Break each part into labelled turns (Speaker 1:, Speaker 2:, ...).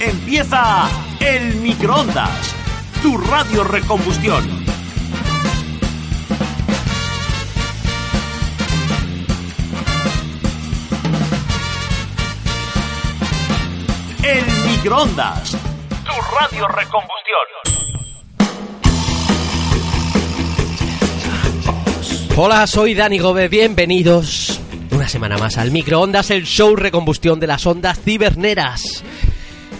Speaker 1: Empieza el microondas, tu radio recombustión. El microondas. Tu radio recombustión.
Speaker 2: Hola, soy Dani Gobe, bienvenidos una semana más al microondas, el show recombustión de las ondas ciberneras.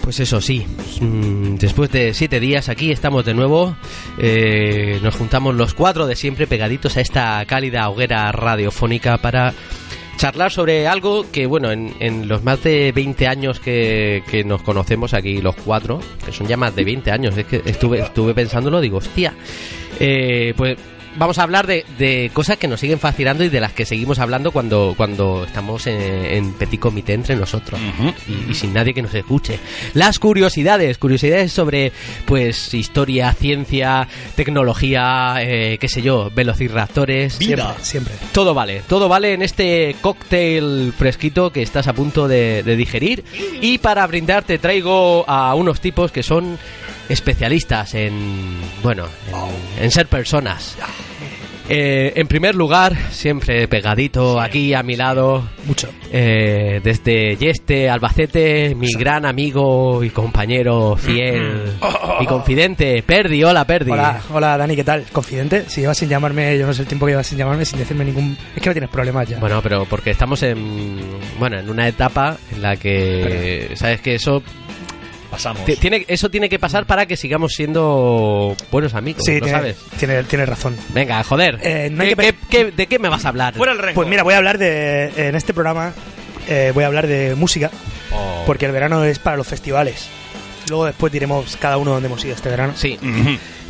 Speaker 2: Pues eso sí, mm, después de siete días aquí estamos de nuevo, eh, nos juntamos los cuatro de siempre pegaditos a esta cálida hoguera radiofónica para charlar sobre algo que, bueno, en, en, los más de 20 años que, que nos conocemos aquí los cuatro, que son ya más de 20 años, es que estuve, estuve pensándolo, digo, hostia, eh, pues vamos a hablar de, de, cosas que nos siguen fascinando y de las que seguimos hablando cuando, cuando estamos en, en petit comité entre nosotros uh -huh. y, y, sin nadie que nos escuche. Las curiosidades, curiosidades sobre pues historia, ciencia, tecnología, eh, qué sé yo, velociraptores.
Speaker 3: Vida, siempre, siempre,
Speaker 2: Todo vale, todo vale en este cóctel fresquito que estás a punto de, de digerir. Y para brindar te traigo a unos tipos que son especialistas en bueno en, en ser personas eh, en primer lugar siempre pegadito aquí a mi lado
Speaker 3: mucho
Speaker 2: eh, desde Yeste Albacete mi gran amigo y compañero fiel y confidente Perdi hola Perdi
Speaker 3: hola hola Dani qué tal confidente si llevas sin llamarme yo no sé el tiempo que llevas sin llamarme sin decirme ningún es que no tienes problemas ya
Speaker 2: bueno pero porque estamos en bueno en una etapa en la que pero... sabes que eso
Speaker 4: pasamos.
Speaker 2: Tiene, eso tiene que pasar para que sigamos siendo buenos amigos,
Speaker 3: sí,
Speaker 2: ¿lo
Speaker 3: tiene,
Speaker 2: sabes?
Speaker 3: Tiene, tiene, razón.
Speaker 2: Venga, joder. Eh, no ¿Qué, que... ¿qué, qué, de qué me vas a hablar?
Speaker 4: Fuera el
Speaker 3: pues mira, voy a hablar de... En este programa eh, voy a hablar de música, oh. porque el verano es para los festivales. Luego después diremos cada uno dónde hemos ido este verano.
Speaker 2: Sí.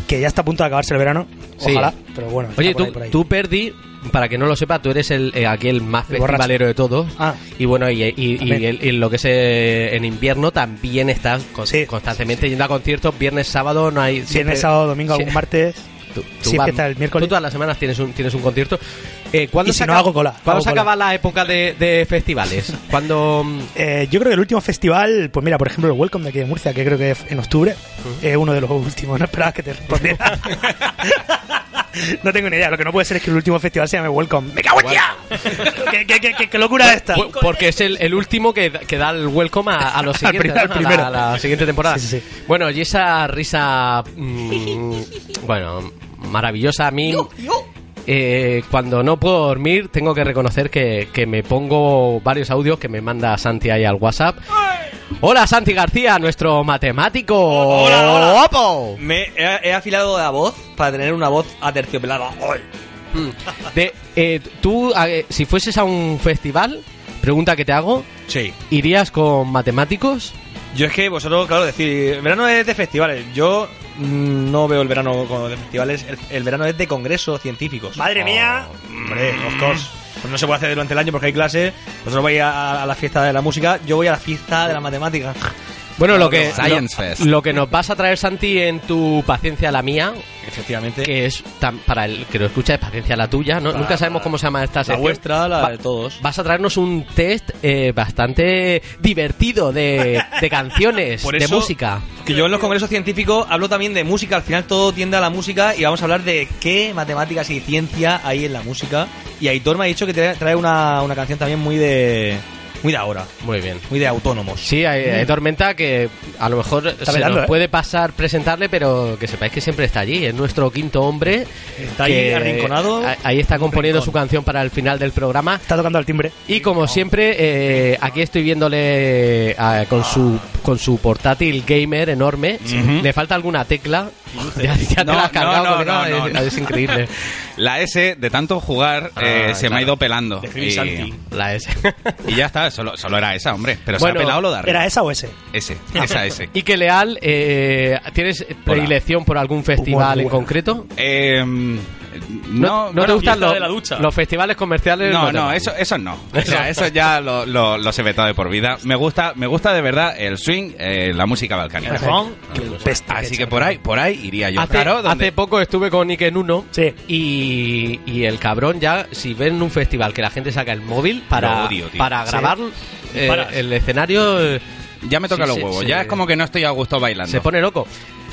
Speaker 3: Que ya está a punto de acabarse el verano. Sí. Ojalá, pero bueno.
Speaker 2: Oye, tú, ahí, ahí. tú perdí para que no lo sepa, tú eres el, eh, aquí el más el festivalero borracho. de todos.
Speaker 3: Ah.
Speaker 2: Y bueno, y, y, y, el, y lo que es eh, en invierno también estás con,
Speaker 3: sí.
Speaker 2: constantemente sí, sí. yendo a conciertos, viernes, sábado, no hay...
Speaker 3: Viernes, siempre, sábado, domingo, algún martes...
Speaker 2: Tú,
Speaker 3: tú si vas, es que está el miércoles.
Speaker 2: Tú todas las semanas tienes un, tienes un concierto.
Speaker 3: Eh, ¿cuándo
Speaker 2: y
Speaker 3: si no hago cola.
Speaker 2: ¿Cuándo
Speaker 3: hago
Speaker 2: se
Speaker 3: cola.
Speaker 2: acaba la época de, de festivales? cuando mm,
Speaker 3: eh, yo creo que el último festival, pues mira, por ejemplo, el Welcome de aquí de Murcia, que creo que es en octubre, es eh, uno de los últimos. No esperabas que te respondiera. no tengo ni idea. Lo que no puede ser es que el último festival se llame Welcome. ¡Me cago en ya! ¿Qué, qué, qué, qué, locura esta!
Speaker 2: Porque es el, el último que, que, da el welcome a, a los siguientes,
Speaker 3: al primer,
Speaker 2: ¿no? a, la, a, la, siguiente temporada.
Speaker 3: Sí, sí, sí.
Speaker 2: Bueno, y esa risa. Mmm, bueno, maravillosa a mí.
Speaker 3: Yo, yo.
Speaker 2: Eh, cuando no puedo dormir, tengo que reconocer que, que, me pongo varios audios que me manda Santi ahí al WhatsApp. Hola Santi García, nuestro matemático.
Speaker 5: Hola, hola. Opo. Me he, he, afilado la voz para tener una voz aterciopelada.
Speaker 2: De, eh, tú, eh, si fueses a un festival, pregunta que te hago.
Speaker 5: Sí.
Speaker 2: ¿Irías con matemáticos?
Speaker 5: Yo es que vosotros, claro, decir, verano es de festivales. Yo mm, no veo el verano como de festivales. El, el verano es de congresos científicos.
Speaker 3: ¡Madre mía!
Speaker 5: Oh, hombre, of course. Pues no se puede hacer durante el año porque hay clases. Vosotros vais a, a, la fiesta de la música, yo voy a la fiesta de la matemática.
Speaker 2: Bueno, lo que, lo, lo, que nos vas a traer, Santi, en tu paciencia la mía.
Speaker 5: Efectivamente.
Speaker 2: Que es tan, para el que lo escucha es paciencia la tuya. ¿no? Para, Nunca sabemos cómo se llama esta sección.
Speaker 5: La vuestra, la Va, de todos.
Speaker 2: Vas a traernos un test eh, bastante divertido de, de canciones,
Speaker 5: Por
Speaker 2: de
Speaker 5: eso,
Speaker 2: música.
Speaker 5: Que yo en los congresos científicos hablo también de música. Al final todo tiende a la música y vamos a hablar de qué matemáticas y ciencia hay en la música. Y Aitor me ha dicho que te trae una, una canción también muy de. Muy de ahora.
Speaker 2: Muy bien.
Speaker 5: Muy de autónomos.
Speaker 2: Sí, hay, hay tormenta que a lo mejor se velando, nos eh. puede pasar presentarle, pero que sepáis que siempre está allí. Es nuestro quinto hombre.
Speaker 5: Está ahí arrinconado.
Speaker 2: Ahí está componiendo rincón. su canción para el final del programa.
Speaker 3: Está tocando al timbre.
Speaker 2: Y como siempre, eh, aquí estoy viéndole a, con su con su portátil gamer enorme.
Speaker 4: Ujú.
Speaker 2: Le falta alguna tecla. Ya, ya
Speaker 4: No,
Speaker 2: te la has
Speaker 4: no,
Speaker 2: cargado.
Speaker 4: no,
Speaker 2: con
Speaker 4: no,
Speaker 2: esa-
Speaker 4: no,
Speaker 2: es,
Speaker 4: no.
Speaker 2: es increíble.
Speaker 4: La S, de tanto jugar, eh,
Speaker 2: Ah,
Speaker 4: se me ha
Speaker 2: claro.
Speaker 4: ido pelando.
Speaker 5: Escribí
Speaker 4: Y,
Speaker 5: Santi.
Speaker 2: La S.
Speaker 4: y ya está, solo, solo era esa, hombre. Pero
Speaker 2: Bueno,
Speaker 4: se ha pelado lo de arriba.
Speaker 3: ¿Era esa o ese?
Speaker 4: S, esa S.
Speaker 2: y que Leal, eh, ¿tienes predilección por algún festival en
Speaker 3: buena.
Speaker 2: concreto?
Speaker 4: Eh,
Speaker 2: ¿No,
Speaker 4: no,
Speaker 2: no te gustan
Speaker 6: fiesta
Speaker 2: los,
Speaker 6: de la ducha.
Speaker 2: los festivales comerciales?
Speaker 4: No,
Speaker 2: te
Speaker 4: no,
Speaker 2: van.
Speaker 4: eso, eso no. O sea, eso ya lo, lo, los he vetado de por vida. Me gusta, me gusta de verdad el swing, eh, la música balcánica.
Speaker 6: Ron,
Speaker 3: Peste,
Speaker 4: Así
Speaker 3: peste.
Speaker 4: que por ahí, por ahí iría yo.
Speaker 2: Hace,
Speaker 4: Claro, donde-
Speaker 2: hace poco estuve con Ike Nuno
Speaker 3: Sí.
Speaker 2: y, y el cabrón ya, si ven un festival que la gente saca el móvil para,
Speaker 4: Lo odio, tío.
Speaker 2: para
Speaker 3: Sí.
Speaker 2: grabar eh,
Speaker 6: Paras.
Speaker 2: el escenario, eh,
Speaker 4: ya me toca
Speaker 2: sí,
Speaker 4: los
Speaker 2: sí,
Speaker 4: huevos.
Speaker 2: sí.
Speaker 4: ya es como que no estoy a gusto bailando.
Speaker 2: se pone loco.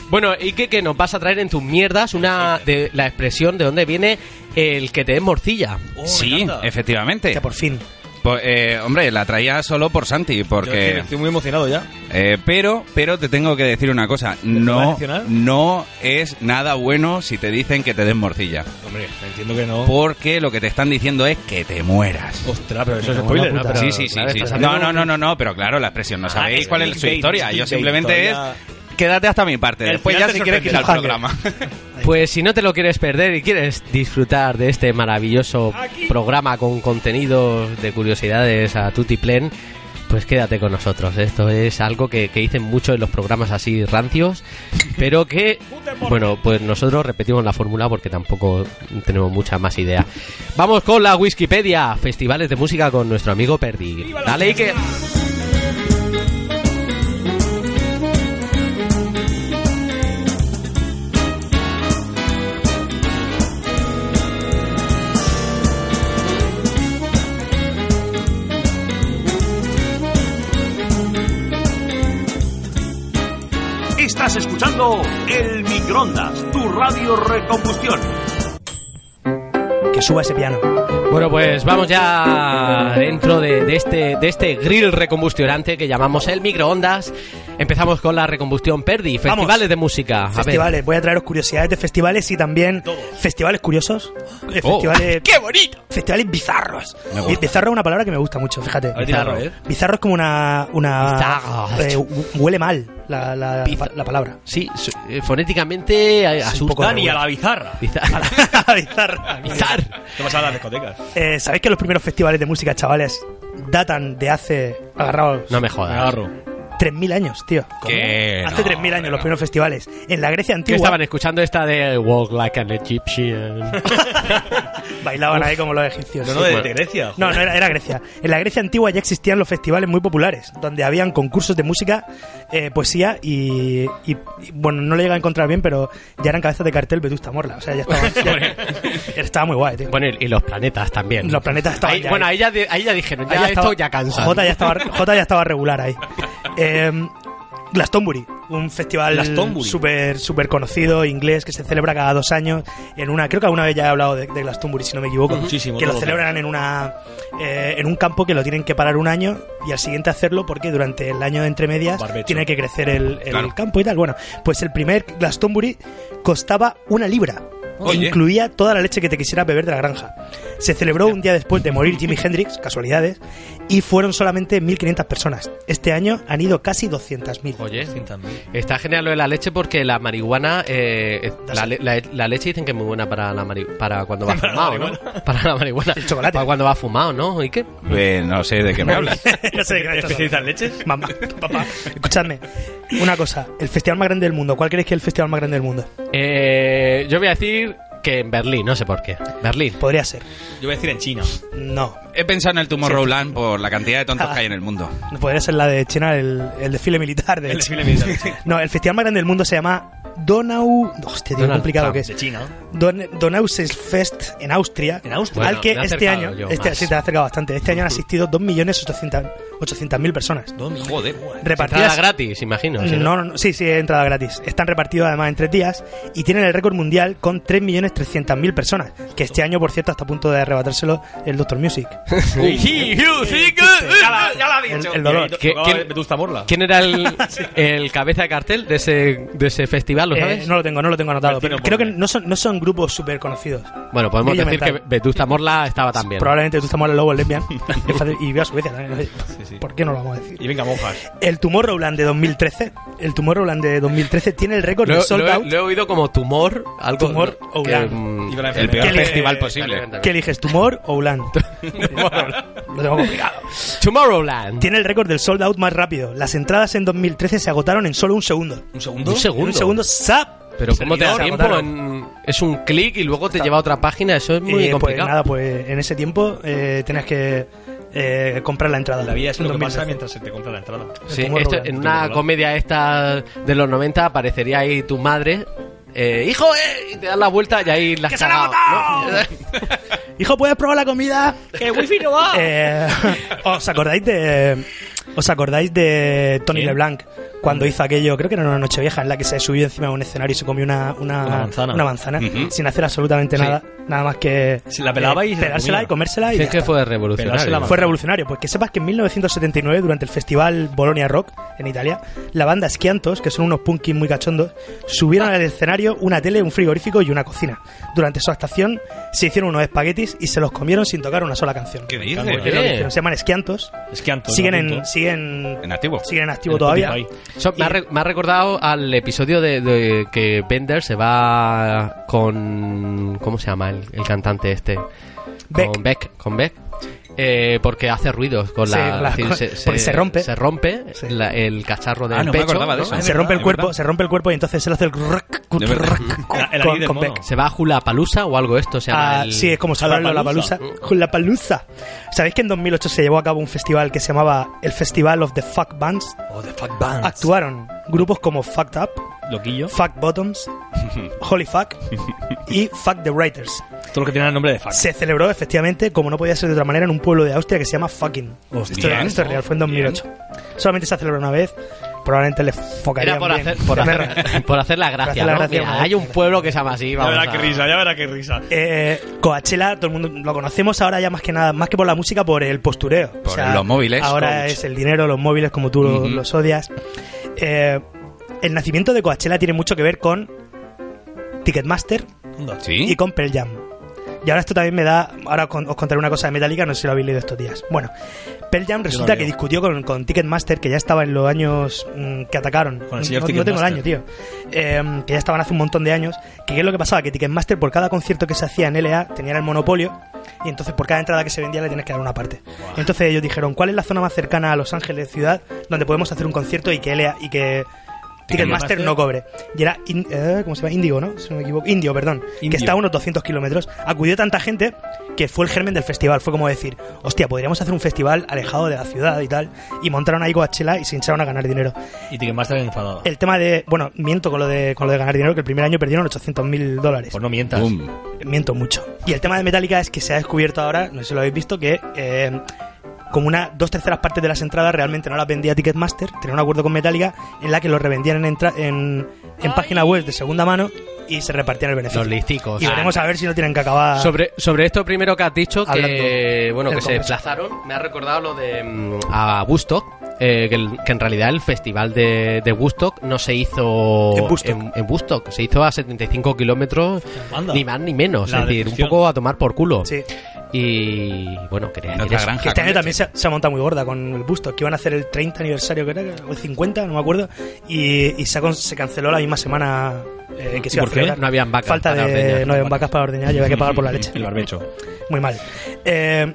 Speaker 2: Bueno, Ike, que nos vas a traer en tus mierdas una de la expresión de dónde viene el que te es morcilla.
Speaker 5: Oh,
Speaker 2: Oh,
Speaker 4: sí, efectivamente.
Speaker 3: Ya por fin.
Speaker 4: Pues, eh, hombre, la traía solo por Santi,
Speaker 5: Yo es que
Speaker 4: porque.
Speaker 5: estoy muy emocionado ya.
Speaker 4: eh, pero, pero te tengo que decir una cosa.
Speaker 5: vas a
Speaker 4: No,
Speaker 5: decepcionar?
Speaker 4: no es nada bueno si te dicen que te den morcilla.
Speaker 5: Hombre, entiendo que no.
Speaker 4: Porque lo que te están diciendo es que te mueras.
Speaker 5: Ostras, pero eso es
Speaker 3: Una
Speaker 5: spoiler,
Speaker 3: puta.
Speaker 5: ¿no? Pero-
Speaker 4: Sí, sí, sí.
Speaker 2: claro,
Speaker 4: sí.
Speaker 2: estás
Speaker 4: No, no, no, no, no, pero claro, la expresión. No sabéis
Speaker 5: es
Speaker 4: cuál es su
Speaker 5: clickbait,
Speaker 4: historia. Yo
Speaker 5: clickbait,
Speaker 4: simplemente es.
Speaker 5: historia.
Speaker 4: Quédate hasta mi parte.
Speaker 5: El
Speaker 4: Después
Speaker 5: final
Speaker 4: ya
Speaker 5: te
Speaker 4: si quieres
Speaker 5: sorprende.
Speaker 4: quitar el programa.
Speaker 2: Pues si no te lo quieres perder y quieres disfrutar de este maravilloso programa con contenidos de curiosidades a Tutiplen, pues quédate con nosotros. Esto es algo que, que dicen mucho en los programas así rancios, pero que, bueno, pues nosotros repetimos la fórmula porque tampoco tenemos mucha más idea. Vamos con la Wikipedia, festivales de música con nuestro amigo Perdi. Dale, Iker.
Speaker 1: Estás escuchando El Microondas, tu radio recombustión.
Speaker 3: Que suba ese piano.
Speaker 2: Bueno, pues vamos ya dentro de, de este, de este grill recombustionante que llamamos el microondas. Empezamos con la recombustión Perdi, festivales de música. A ver.
Speaker 3: Festivales. Voy a traeros curiosidades de festivales y también festivales curiosos. Eh,
Speaker 2: Oh.
Speaker 3: Festivales... ¡Qué bonito! Festivales bizarros.
Speaker 4: Me gusta.
Speaker 3: Eh, Bizarro es una palabra que me gusta mucho, fíjate.
Speaker 5: A ver, tira, a ver.
Speaker 3: Bizarro es como una... una
Speaker 2: Bizarro.
Speaker 3: eh, hu- huele mal la, la,
Speaker 2: Bizar-
Speaker 3: la palabra.
Speaker 2: Sí, su- eh, fonéticamente eh,
Speaker 3: un
Speaker 2: asusta.
Speaker 3: poco
Speaker 5: Dani a la bizarra.
Speaker 2: Bizar-
Speaker 3: Bizarra.
Speaker 2: bizar.
Speaker 5: ¿Qué pasa en las discotecas?
Speaker 3: Eh, ¿Sabéis que los primeros festivales de música, chavales, datan de hace... Agarrados.
Speaker 2: No me jodas.
Speaker 5: agarro.
Speaker 3: 3.000 años, tío.
Speaker 4: Que
Speaker 3: Hace
Speaker 4: no,
Speaker 3: 3.000 años
Speaker 4: hombre,
Speaker 3: los
Speaker 4: no.
Speaker 3: primeros festivales. En la Grecia
Speaker 2: Que
Speaker 3: antigua
Speaker 2: estaban escuchando esta de Walk Like an Egyptian.
Speaker 3: bailaban ahí como los egipcios.
Speaker 5: No,
Speaker 3: sí.
Speaker 5: no, de, de Grecia.
Speaker 3: No, no,
Speaker 5: joder.
Speaker 3: era, era Grecia. En la Grecia antigua ya existían los festivales muy populares, donde habían concursos de música, eh, poesía y, y- y, Bueno, no lo llega a encontrar bien, pero ya eran cabezas de cartel Vetusta Morla. O sea, ya estaban. ya- estaba muy guay, tío.
Speaker 2: bueno, y, y los planetas también.
Speaker 3: Los planetas estaban
Speaker 2: Ahí-
Speaker 3: ya
Speaker 2: Bueno,
Speaker 3: ahí.
Speaker 2: ahí ya, di- ahí ya dijeron, ya,
Speaker 3: Ahí
Speaker 2: esto
Speaker 3: estaba-
Speaker 2: ya cansa.
Speaker 3: Jota ya estaba, Jota ya estaba regular ahí. Eh, Glastonbury, un festival
Speaker 5: Glastonbury.
Speaker 3: súper super conocido inglés que se celebra cada dos años en una creo que alguna vez ya he hablado de, de Glastonbury si no me equivoco
Speaker 5: Muchísimo,
Speaker 3: que lo
Speaker 5: todo,
Speaker 3: celebran en una eh, en un campo que lo tienen que parar un año y al siguiente hacerlo porque durante el año de entre medias
Speaker 5: Barbecho.
Speaker 3: tiene que crecer el, el
Speaker 4: Claro.
Speaker 3: campo y tal bueno pues el primer Glastonbury costaba una libra
Speaker 4: Oye.
Speaker 3: incluía toda la leche que te quisieras beber de la granja. Se celebró un día después de morir Jimi Hendrix, casualidades, y fueron solamente 1.500 personas. Este año han ido casi 200.000.
Speaker 2: Oye,
Speaker 5: Sí, también.
Speaker 2: Está genial lo de la leche porque la marihuana, eh, eh,
Speaker 3: Da
Speaker 2: la,
Speaker 3: sed.
Speaker 2: le- la- la leche dicen que es muy buena para la mari- para cuando va fumado, ¿no? Para la marihuana.
Speaker 3: El chocolate.
Speaker 2: Para cuando va fumado, ¿no? ¿Y qué?
Speaker 4: Eh, no sé de qué me hablas.
Speaker 3: no sé de qué me estás hablando.
Speaker 5: ¿Especialistas en leches?
Speaker 3: Mamá, papá, escuchadme. Una cosa, el festival más grande del mundo, ¿cuál creéis que es el festival más grande del mundo?
Speaker 2: Eh, yo voy a decir que en Berlín, no sé por qué. Berlín.
Speaker 3: Podría ser.
Speaker 5: Yo voy a decir en China.
Speaker 3: No,
Speaker 4: He pensado en el tumor Rowland por la cantidad de tontos que hay en el mundo.
Speaker 3: no podría ser la de China, el, el desfile militar de
Speaker 5: El
Speaker 3: China.
Speaker 5: desfile militar de China.
Speaker 3: No, el festival más grande del mundo se llama Donau... Hostia, tío, qué
Speaker 2: Donald
Speaker 3: complicado
Speaker 2: Trump.
Speaker 3: que es.
Speaker 5: De China.
Speaker 3: Don, Donausesfest en Austria,
Speaker 5: En Austria.
Speaker 3: al que
Speaker 2: Bueno, me he
Speaker 3: este
Speaker 2: acercado
Speaker 3: año,
Speaker 2: yo
Speaker 3: este,
Speaker 2: más.
Speaker 3: sí, te has acercado bastante, este año han asistido 2.800.000 personas.
Speaker 5: ¿Dónde?
Speaker 4: Joder.
Speaker 2: Entrada
Speaker 3: Repartidas.
Speaker 2: gratis, imagino. si
Speaker 3: No, no, no, sí, sí, entrada gratis. Están repartidos además en tres días y tienen el récord mundial con 3.300.000 personas. Que este año, por cierto, está a punto de arrebatárselo el Doctor Music.
Speaker 2: Sí, sí, sí, que-
Speaker 1: eh.
Speaker 5: Ya la, ya la vi.
Speaker 3: el, el dolor.
Speaker 2: ¿Qué- quién-
Speaker 5: gusta Morla.
Speaker 2: ¿Quién era el, el cabeza de cartel de ese, de ese festival? ¿Lo
Speaker 3: Eh,
Speaker 2: sabes?
Speaker 3: no lo tengo, no lo tengo anotado.
Speaker 5: Valentino
Speaker 3: Pero creo que
Speaker 5: Morla.
Speaker 3: no son, no son grupos súper conocidos.
Speaker 2: Bueno, podemos
Speaker 3: Ella
Speaker 2: decir
Speaker 3: mental.
Speaker 2: que Vetusta Morla estaba también.
Speaker 3: Probablemente tú estamos en el lobo lesbian. Es fácil. y veo a su vez también. oye, ¿Por qué no lo vamos a decir?
Speaker 5: Y venga, mojas.
Speaker 3: El Tomorrowland de 2013. El Tomorrowland de 2013 tiene el récord
Speaker 2: Lo,
Speaker 3: de sold
Speaker 2: lo he-
Speaker 3: out.
Speaker 2: lo he oído como tumor, algo
Speaker 3: Tumor
Speaker 2: no,
Speaker 3: o
Speaker 2: que,
Speaker 3: gran.
Speaker 2: mm,
Speaker 5: Y con la
Speaker 4: El
Speaker 5: enfermedad.
Speaker 4: peor
Speaker 3: le-
Speaker 4: festival posible.
Speaker 3: ¿Qué eliges, Tumor o Ulan? lo tengo complicado.
Speaker 2: Tomorrowland.
Speaker 3: Tiene el récord del sold out más rápido. Las entradas en 2013 se agotaron en solo un segundo.
Speaker 5: ¿Un segundo?
Speaker 2: Un
Speaker 3: En
Speaker 2: segundo.
Speaker 3: un segundo, ¡zap!
Speaker 2: Pero ¿cómo te da
Speaker 3: Se
Speaker 2: tiempo?
Speaker 3: agotaron.
Speaker 2: en- es un clic y luego te lleva a otra página. Eso es muy
Speaker 3: Eh, pues
Speaker 2: complicado.
Speaker 3: nada, pues en ese tiempo eh, tenías que eh, comprar la entrada.
Speaker 5: La vida es
Speaker 3: En
Speaker 5: lo que
Speaker 3: 2013.
Speaker 5: pasa mientras se te compra la entrada.
Speaker 2: Sí,
Speaker 3: Como
Speaker 2: esto-
Speaker 3: Roland,
Speaker 2: en
Speaker 3: como
Speaker 2: una
Speaker 5: Roland.
Speaker 2: comedia esta de los 90 aparecería ahí tu madre. eh, ¡Hijo! eh", y te das la vuelta y ahí las
Speaker 3: ¡Que se la ha Hijo, ¿puedes probar la comida?
Speaker 5: ¡Que wifi no va!
Speaker 3: Eh, ¿Os acordáis de os acordáis de Tony
Speaker 5: ¿Quién?
Speaker 3: LeBlanc cuando hizo aquello? Creo que era una noche vieja en la que se subió encima de un escenario y se comió una, una,
Speaker 5: Una manzana.
Speaker 3: manzana,
Speaker 4: Ujú.
Speaker 3: sin hacer absolutamente
Speaker 2: Sí.
Speaker 3: nada, nada más que
Speaker 5: Se la pelaba y se la
Speaker 3: pelársela
Speaker 5: comía.
Speaker 3: y comérsela y
Speaker 2: Dicen
Speaker 3: ya
Speaker 2: que
Speaker 3: está.
Speaker 2: fue revolucionario.
Speaker 5: manzana.
Speaker 3: Fue revolucionario, pues que sepas que en 1979, durante el festival Bologna Rock en Italia, la banda Schiantos, que son unos punkins muy cachondos, subieron al escenario una tele, un frigorífico y una cocina. Durante su actuación se hicieron unos espaguetis y se los comieron sin tocar una sola canción.
Speaker 4: ¿Qué
Speaker 5: Me
Speaker 4: dices?
Speaker 5: encanta.
Speaker 3: Es lo que
Speaker 2: Eh.
Speaker 3: hicieron, Se llaman Schiantos,
Speaker 5: Es que Anton.
Speaker 3: siguen
Speaker 5: lo
Speaker 3: en,
Speaker 5: apunto.
Speaker 3: siguen,
Speaker 4: En activo.
Speaker 3: siguen en activo
Speaker 5: En
Speaker 3: todavía.
Speaker 5: Spotify.
Speaker 2: Eso me, ha, re- me ha recordado al episodio de, de que Bender se va con... ¿Cómo se llama el, el cantante este?
Speaker 3: Beck.
Speaker 2: Con Beck. Con Beck. Eh, porque hace ruidos con
Speaker 3: Sí,
Speaker 2: la...
Speaker 3: la-
Speaker 2: es decir,
Speaker 3: porque se rompe.
Speaker 2: Se rompe
Speaker 3: Sí.
Speaker 2: la- el cacharro del
Speaker 4: Ah, no me
Speaker 2: pecho.
Speaker 4: acordaba
Speaker 2: ¿no?
Speaker 4: de eso.
Speaker 3: Se rompe el
Speaker 4: Es
Speaker 3: cuerpo,
Speaker 4: verdad.
Speaker 3: se rompe el cuerpo y entonces él hace el
Speaker 4: De verdad.
Speaker 5: Ah, El
Speaker 3: con-
Speaker 5: alí del
Speaker 3: con
Speaker 5: mono.
Speaker 3: Beck.
Speaker 2: Se va a Jula Palusa o algo esto. Se llama
Speaker 3: Ah,
Speaker 2: el-
Speaker 3: sí, es como si fuera la palusa. La palusa. ¿Sabéis que en 2008 se llevó a cabo un festival que se llamaba el Festival of the Fuck Bands?
Speaker 5: Oh, the fuck bands.
Speaker 3: Actuaron grupos como Fucked Up,
Speaker 5: Loquillo.
Speaker 3: Fuck Bottoms, Holy Fuck y Fuck the Writers.
Speaker 5: Todo lo que tiene el nombre de fuck.
Speaker 3: Se celebró efectivamente, como no podía ser de otra manera, en un pueblo de Austria que se llama Fucking. Esto,
Speaker 4: Bien.
Speaker 3: esto es real, fue en 2008. Solamente se ha celebrado una vez, probablemente le focaría.
Speaker 2: Era por hacer, por, hacer, por hacer la gracia,
Speaker 3: hacer la
Speaker 2: ¿no?
Speaker 3: gracia,
Speaker 2: Mira,
Speaker 3: vamos.
Speaker 2: hay un pueblo que se llama así. Vamos a-
Speaker 5: ya verá qué risa.
Speaker 3: Eh, Coachella, todo el mundo lo conocemos ahora ya más que nada, más que por la música, por el postureo.
Speaker 4: Por los móviles,
Speaker 3: Ahora
Speaker 4: coach.
Speaker 3: es el dinero, los móviles, como tú lo- los odias. Eh, el nacimiento de Coachella tiene mucho que ver con Ticketmaster y
Speaker 4: Sí.
Speaker 3: con Pearl Jam. Y ahora esto también me da. Ahora con- os contaré una cosa de Metallica, no sé si lo habéis leído estos días. Bueno, Pearl Jam resulta
Speaker 5: leo.
Speaker 3: que discutió con, con Ticketmaster, que ya estaba en los años mm, que atacaron.
Speaker 5: Con el
Speaker 3: No-
Speaker 5: señor
Speaker 3: no, tengo el año, tío.
Speaker 5: Ticketmaster.
Speaker 3: Eh, que ya estaban hace un montón de años. Que qué es lo que pasaba, que Ticketmaster por cada concierto que se hacía en LA tenían el monopolio. Y entonces por cada entrada que se vendía le tienes que dar una parte. Entonces ellos dijeron, ¿cuál es la zona más cercana a Los Ángeles ciudad donde podemos hacer un concierto y que LA y que Ticketmaster no cobre. Y era, in- eh, ¿cómo se llama? Indio, ¿no? Si no me equivoco. Indio, perdón. Que
Speaker 5: Indio.
Speaker 3: está a unos 200 kilómetros. Acudió tanta gente que fue el germen del festival. Fue como decir, hostia, podríamos hacer un festival alejado de la ciudad y tal. Y montaron ahí Coachella y se hincharon a ganar dinero.
Speaker 5: Y Ticketmaster enfadado.
Speaker 3: El tema de, bueno, miento con lo de, con lo de ganar dinero, que el primer año perdieron 800 mil dólares.
Speaker 5: Pues no mientas.
Speaker 4: Boom.
Speaker 3: Miento mucho. Y el tema de Metallica es que se ha descubierto ahora, no sé si lo habéis visto, que eh, como una dos terceras partes de las entradas realmente no las vendía Ticketmaster, tenía un acuerdo con Metallica en la que los revendían en, entra- en, en página web de segunda mano y se repartían el beneficio.
Speaker 2: Los listicos.
Speaker 3: Y veremos a ver si no tienen que acabar.
Speaker 2: Sobre, sobre esto primero que has dicho, que,
Speaker 3: Hablando
Speaker 2: bueno,
Speaker 3: del
Speaker 2: que se
Speaker 3: Congreso.
Speaker 2: desplazaron, me ha recordado lo de mm, a Woodstock, eh, que, el- que en realidad el festival de, de Woodstock no se hizo
Speaker 3: En Woodstock.
Speaker 2: en Woodstock, se hizo a 75 kilómetros,
Speaker 5: Anda.
Speaker 2: ni más ni menos,
Speaker 5: La
Speaker 2: es decir, un
Speaker 5: decepción.
Speaker 2: poco a tomar por culo.
Speaker 3: Sí.
Speaker 2: Y bueno, quería
Speaker 4: En
Speaker 2: decir
Speaker 4: otra
Speaker 2: eso.
Speaker 3: Este
Speaker 4: granja. con
Speaker 3: año
Speaker 4: leche.
Speaker 3: también se, se ha montado muy gorda con el busto, que iban a hacer el 30 aniversario, que era, o el 50, no me acuerdo, y, y se, ha con- se canceló la misma semana eh, que se iba
Speaker 2: por
Speaker 3: a
Speaker 2: qué?
Speaker 3: celebrar.
Speaker 2: No habían vacas
Speaker 3: Falta
Speaker 2: para
Speaker 3: de,
Speaker 2: ordeñar.
Speaker 3: No habían vacas para ordeñar, y había que pagar por la leche.
Speaker 5: El barbecho.
Speaker 3: Muy mal. Eh,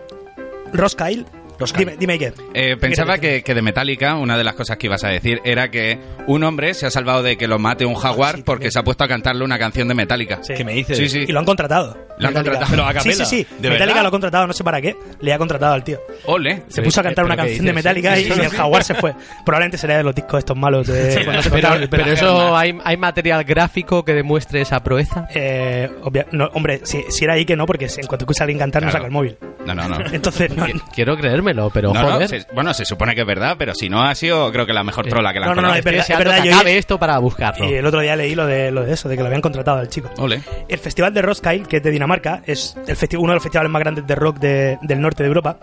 Speaker 3: Ross Kyle,
Speaker 5: Ross Kyle.
Speaker 3: dime, dime qué.
Speaker 4: Eh, pensaba que, que de Metallica, una de las cosas que ibas a decir era que un hombre se ha salvado de que lo mate un jaguar
Speaker 3: Sí,
Speaker 4: porque
Speaker 3: también.
Speaker 4: se ha puesto a cantarle una canción de Metallica.
Speaker 3: Sí.
Speaker 5: ¿Qué me dices?
Speaker 4: Sí, sí.
Speaker 3: Y lo han contratado.
Speaker 4: Lo han
Speaker 3: Metallica.
Speaker 4: contratado, pero a
Speaker 3: Sí,
Speaker 5: capela.
Speaker 3: sí, sí.
Speaker 4: ¿De
Speaker 3: Metallica
Speaker 4: verdad?
Speaker 3: lo ha contratado, no sé para qué. Le ha contratado al tío.
Speaker 4: Ole.
Speaker 3: Se puso a cantar
Speaker 2: ¿Pero
Speaker 3: una
Speaker 2: qué
Speaker 3: canción de
Speaker 2: dices?
Speaker 3: Metallica y, y el jaguar se fue. Probablemente sería de los discos estos malos de cuando se cortaban
Speaker 2: Pero,
Speaker 3: el pelo.
Speaker 2: pero eso, ¿hay, ¿hay material gráfico que demuestre esa proeza?
Speaker 3: Eh, obvia- no, hombre, si, si era ahí que no, porque si- en cuanto escucha a alguien cantar no
Speaker 4: Claro.
Speaker 3: saca el móvil.
Speaker 4: No, no, no.
Speaker 3: Entonces no,
Speaker 2: Qui- Quiero creérmelo, pero
Speaker 4: No, no,
Speaker 2: joder.
Speaker 4: se- bueno, se supone que es verdad, pero si no ha sido, creo que la mejor trola que la
Speaker 3: No,
Speaker 4: han
Speaker 3: no, no,
Speaker 4: colado.
Speaker 3: es verdad,
Speaker 2: Estoy deseando
Speaker 3: es verdad,
Speaker 2: que
Speaker 3: yo-
Speaker 2: acabe esto para buscarlo.
Speaker 3: Y el otro día leí lo de, lo de eso, de que lo habían contratado al chico.
Speaker 4: Ole.
Speaker 3: El festival de Roskilde, que es de Dinamarca, es el festi- uno de los festivales más grandes de rock de- del norte de Europa.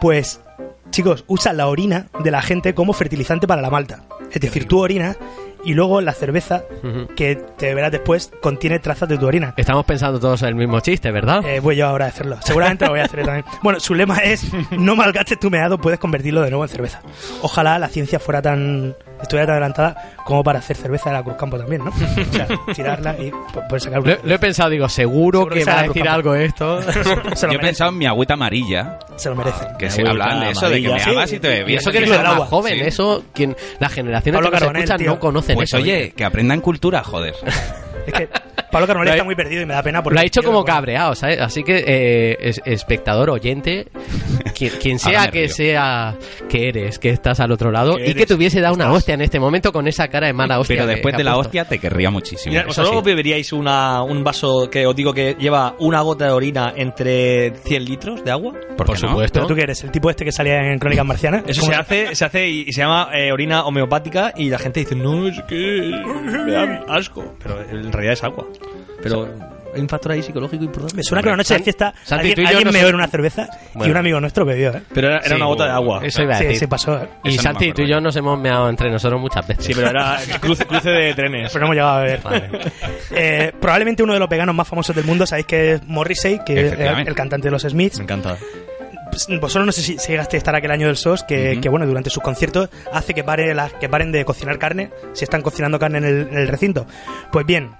Speaker 3: Pues chicos, usan la orina de la gente como fertilizante para la malta. Es decir, tú orinas y luego la cerveza
Speaker 2: Ujú.
Speaker 3: que te verás después contiene trazas de tu orina.
Speaker 2: Estamos pensando todos en el mismo chiste, ¿verdad?
Speaker 3: Eh, voy yo ahora a hacerlo. Seguramente lo voy a hacer yo también. Bueno, su lema es: no malgastes tu meado, puedes convertirlo de nuevo en cerveza. Ojalá la ciencia fuera tan. estuviera tan adelantada como para hacer cerveza de la Cruzcampo también, ¿no? O sea, tirarla y po- poder sacar una.
Speaker 2: Lo, lo he pensado, digo, seguro,
Speaker 3: Seguro
Speaker 2: que va
Speaker 3: que sea
Speaker 2: a
Speaker 3: la
Speaker 2: decir
Speaker 3: Cruz
Speaker 2: algo esto.
Speaker 3: Se lo,
Speaker 4: Yo he
Speaker 3: merecen,
Speaker 4: pensado en mi agüita amarilla,
Speaker 3: se lo merecen.
Speaker 4: que
Speaker 5: Mi
Speaker 4: se
Speaker 5: agüita
Speaker 4: hablan de eso, de que
Speaker 5: amarilla.
Speaker 4: me amas y te bebías.
Speaker 2: Y eso
Speaker 4: el
Speaker 2: que eres
Speaker 3: del
Speaker 4: refresco.
Speaker 2: el más
Speaker 3: agua.
Speaker 2: joven,
Speaker 4: Sí.
Speaker 2: eso, quien, las generaciones
Speaker 3: Pablo
Speaker 2: que nos
Speaker 3: Carbonell,
Speaker 2: escuchan
Speaker 3: tío.
Speaker 2: no conocen
Speaker 4: Pues
Speaker 2: eso.
Speaker 4: oye, que aprendan cultura, joder.
Speaker 3: Es que Pablo Carbonell
Speaker 2: Lo he-
Speaker 3: está muy perdido y me da pena porque.
Speaker 2: lo ha hecho como
Speaker 3: cabre
Speaker 2: cabreado, ¿sabes? Así que, eh, es- espectador, oyente, quien, quien
Speaker 4: Ahora
Speaker 2: sea
Speaker 4: me
Speaker 2: que
Speaker 4: río.
Speaker 2: sea que eres, que estás al otro lado
Speaker 5: Que
Speaker 2: y que
Speaker 5: eres,
Speaker 2: te hubiese dado una hostia en este momento con esa cara de mala hostia.
Speaker 4: Pero
Speaker 2: que-
Speaker 4: después
Speaker 2: que
Speaker 4: de
Speaker 2: ha
Speaker 4: la
Speaker 2: puesto.
Speaker 4: hostia te querría muchísimo.
Speaker 5: Mira,
Speaker 4: Eso sí.
Speaker 5: ¿Vosotros beberíais una, un vaso que os digo que lleva una gota de orina entre 100 litros de agua?
Speaker 4: ¿Por,
Speaker 2: Por
Speaker 4: qué no?
Speaker 2: supuesto.
Speaker 3: ¿Pero tú qué eres? ¿El tipo este que salía en Crónicas Marcianas?
Speaker 5: Eso
Speaker 3: ¿Cómo
Speaker 5: se
Speaker 3: se-
Speaker 5: hace, se hace y, y se llama eh, orina homeopática y la gente dice, no, es que me da asco. Pero en realidad es agua. Pero hay un factor ahí psicológico importante.
Speaker 3: Me suena que una noche de fiesta
Speaker 2: Santi, tú y
Speaker 3: alguien,
Speaker 2: yo
Speaker 3: alguien
Speaker 2: no
Speaker 3: me
Speaker 2: somos-
Speaker 3: bebió una cerveza y
Speaker 2: Bueno.
Speaker 3: un amigo nuestro bebió, ¿eh?
Speaker 5: Pero era, era
Speaker 2: Sí,
Speaker 5: una gota de agua.
Speaker 2: Eso iba a
Speaker 3: Sí,
Speaker 2: decir.
Speaker 3: se pasó,
Speaker 2: Y
Speaker 3: ¿eh?
Speaker 4: Eso no me
Speaker 2: Santi, tú y
Speaker 4: acuerdo
Speaker 2: yo
Speaker 4: yo.
Speaker 2: nos hemos meado entre nosotros muchas veces.
Speaker 5: Sí, pero era cruce, cruce de trenes.
Speaker 3: Pero no hemos llegado a beber. Eh, probablemente uno de los veganos más famosos del mundo, sabéis que es Morrissey, que es el,
Speaker 4: Efectivamente.
Speaker 3: el cantante de los Smiths.
Speaker 5: Me encanta.
Speaker 3: Pues, Vosotros no sé si, si llegaste a estar aquel año del SOS, que,
Speaker 4: Ujú.
Speaker 3: que, bueno, durante sus conciertos hace que, pare las que paren de cocinar carne, si están cocinando carne en el, en el recinto. Pues bien,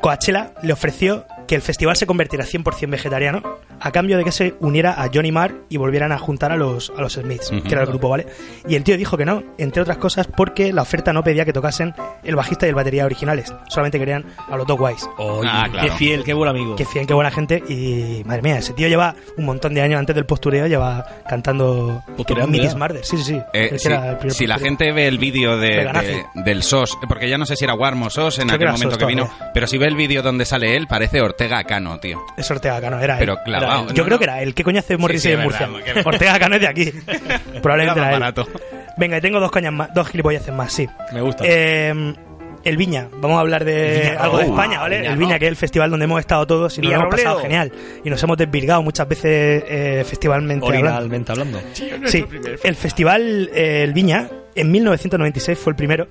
Speaker 3: Coachella le ofreció que el festival se convertiera 100% vegetariano a cambio de que se uniera a Johnny Marr y volvieran a juntar a los, a los Smiths,
Speaker 4: Ujú.
Speaker 3: que era el grupo, ¿vale? Y el tío dijo que no, entre otras cosas porque la oferta no pedía que tocasen el bajista y el batería originales, solamente querían a los dos guays.
Speaker 4: Ah, claro.
Speaker 5: Qué fiel, qué buen amigo.
Speaker 3: Qué fiel, qué buena gente. Y madre mía, ese tío lleva un montón de años antes del postureo, lleva cantando
Speaker 5: Postureando
Speaker 3: Miris
Speaker 5: ya.
Speaker 3: Marder. Sí, sí, sí.
Speaker 4: Eh,
Speaker 3: Él que
Speaker 4: si,
Speaker 3: era el primer
Speaker 4: si la
Speaker 3: postureo.
Speaker 4: gente ve el vídeo de,
Speaker 3: Veganazi.
Speaker 4: de- del SOS, eh, porque ya no sé si era Warm o SOS en
Speaker 3: Creo que
Speaker 4: aquel
Speaker 3: era
Speaker 4: momento
Speaker 3: SOS
Speaker 4: que vino,
Speaker 3: todavía.
Speaker 4: pero si ve el vídeo donde sale él, parece Ortega Cano, tío.
Speaker 3: Es Ortega Cano, era él.
Speaker 4: Pero
Speaker 3: Era
Speaker 4: clavado,
Speaker 3: él.
Speaker 4: no,
Speaker 3: Yo creo
Speaker 4: no.
Speaker 3: que era él. ¿Qué coño hace Morrissey
Speaker 4: sí,
Speaker 3: en
Speaker 4: es verdad,
Speaker 3: Murcia?
Speaker 4: porque-
Speaker 3: Ortega Cano es de aquí. Probablemente
Speaker 4: Era
Speaker 3: era
Speaker 4: más
Speaker 3: él.
Speaker 4: barato.
Speaker 3: Venga, y tengo dos coñas más, dos gilipolleces más, sí.
Speaker 5: Me gusta.
Speaker 3: Eh, el Viña, vamos a hablar de algo de
Speaker 4: oh,
Speaker 3: España, ¿vale?
Speaker 2: Viña,
Speaker 3: el Viña,
Speaker 2: ¿no?
Speaker 3: que es el festival donde hemos estado todos y nos lo hemos pasado genial. Y nos hemos desvirgado muchas veces eh, festivalmente hablando.
Speaker 5: Orinalmente hablando.
Speaker 3: Sí, el festival eh, El Viña en 1996 fue el primero.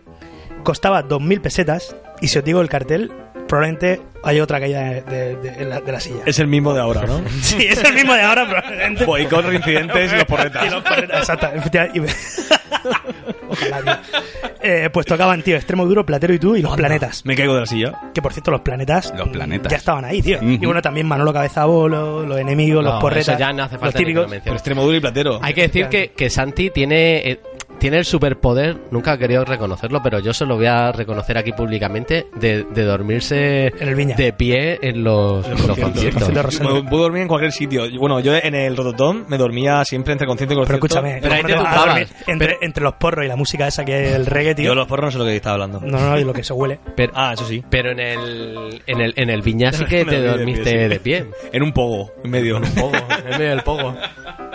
Speaker 3: Costaba 2.000 pesetas y si os digo el cartel, probablemente hay otra caída de, de- de la, de la silla.
Speaker 5: Es el mismo de ahora, ¿no?
Speaker 3: Sí, es el mismo de ahora probablemente.
Speaker 1: Pues
Speaker 5: Boicot, reincidentes y los porretas.
Speaker 3: Y los porretas, exacto, efectivamente. Y- Ojalá, tío. Eh, pues tocaban, tío, Extremo Duro, Platero y tú y los planetas.
Speaker 5: Me caigo de la silla.
Speaker 3: Que por cierto, los planetas.
Speaker 4: Los
Speaker 3: mm,
Speaker 4: planetas.
Speaker 3: Ya estaban ahí, tío. Y
Speaker 4: Ujú.
Speaker 3: bueno, también Manolo Cabezabolo, los enemigos,
Speaker 2: No,
Speaker 3: los porretas.
Speaker 2: eso ya no hace
Speaker 3: los
Speaker 2: falta ni que lo
Speaker 3: típicos.
Speaker 5: Pero
Speaker 2: mencione.
Speaker 5: Extremadura y Platero.
Speaker 2: Hay que decir que, que Santi tiene, eh, tiene el superpoder, nunca ha querido reconocerlo, pero yo se lo voy a reconocer aquí públicamente, de, de dormirse
Speaker 3: En el Viña.
Speaker 2: de pie en los, en los conciertos.
Speaker 3: conciertos.
Speaker 5: Yo me puedo dormir en cualquier sitio. Yo- Bueno, yo en el Rototón me dormía siempre entre concierto y
Speaker 3: Pero
Speaker 5: concierto.
Speaker 3: escúchame,
Speaker 2: Pero ahí
Speaker 3: ¿cómo
Speaker 2: te
Speaker 3: vas a
Speaker 2: tumbabas.
Speaker 3: dormir entre, entre los porros y la música esa que es el reggae, tío.
Speaker 5: Yo los porros no sé lo que estaba hablando.
Speaker 3: No, no, y lo que se huele.
Speaker 2: Pero,
Speaker 5: Ah, eso sí.
Speaker 2: pero en el, en el, en el Viña sí que
Speaker 5: Me
Speaker 2: te
Speaker 5: dormí de
Speaker 2: dormiste
Speaker 5: pie, sí.
Speaker 2: de pie.
Speaker 5: En un pogo, en medio.
Speaker 2: Pogo, en medio del pogo.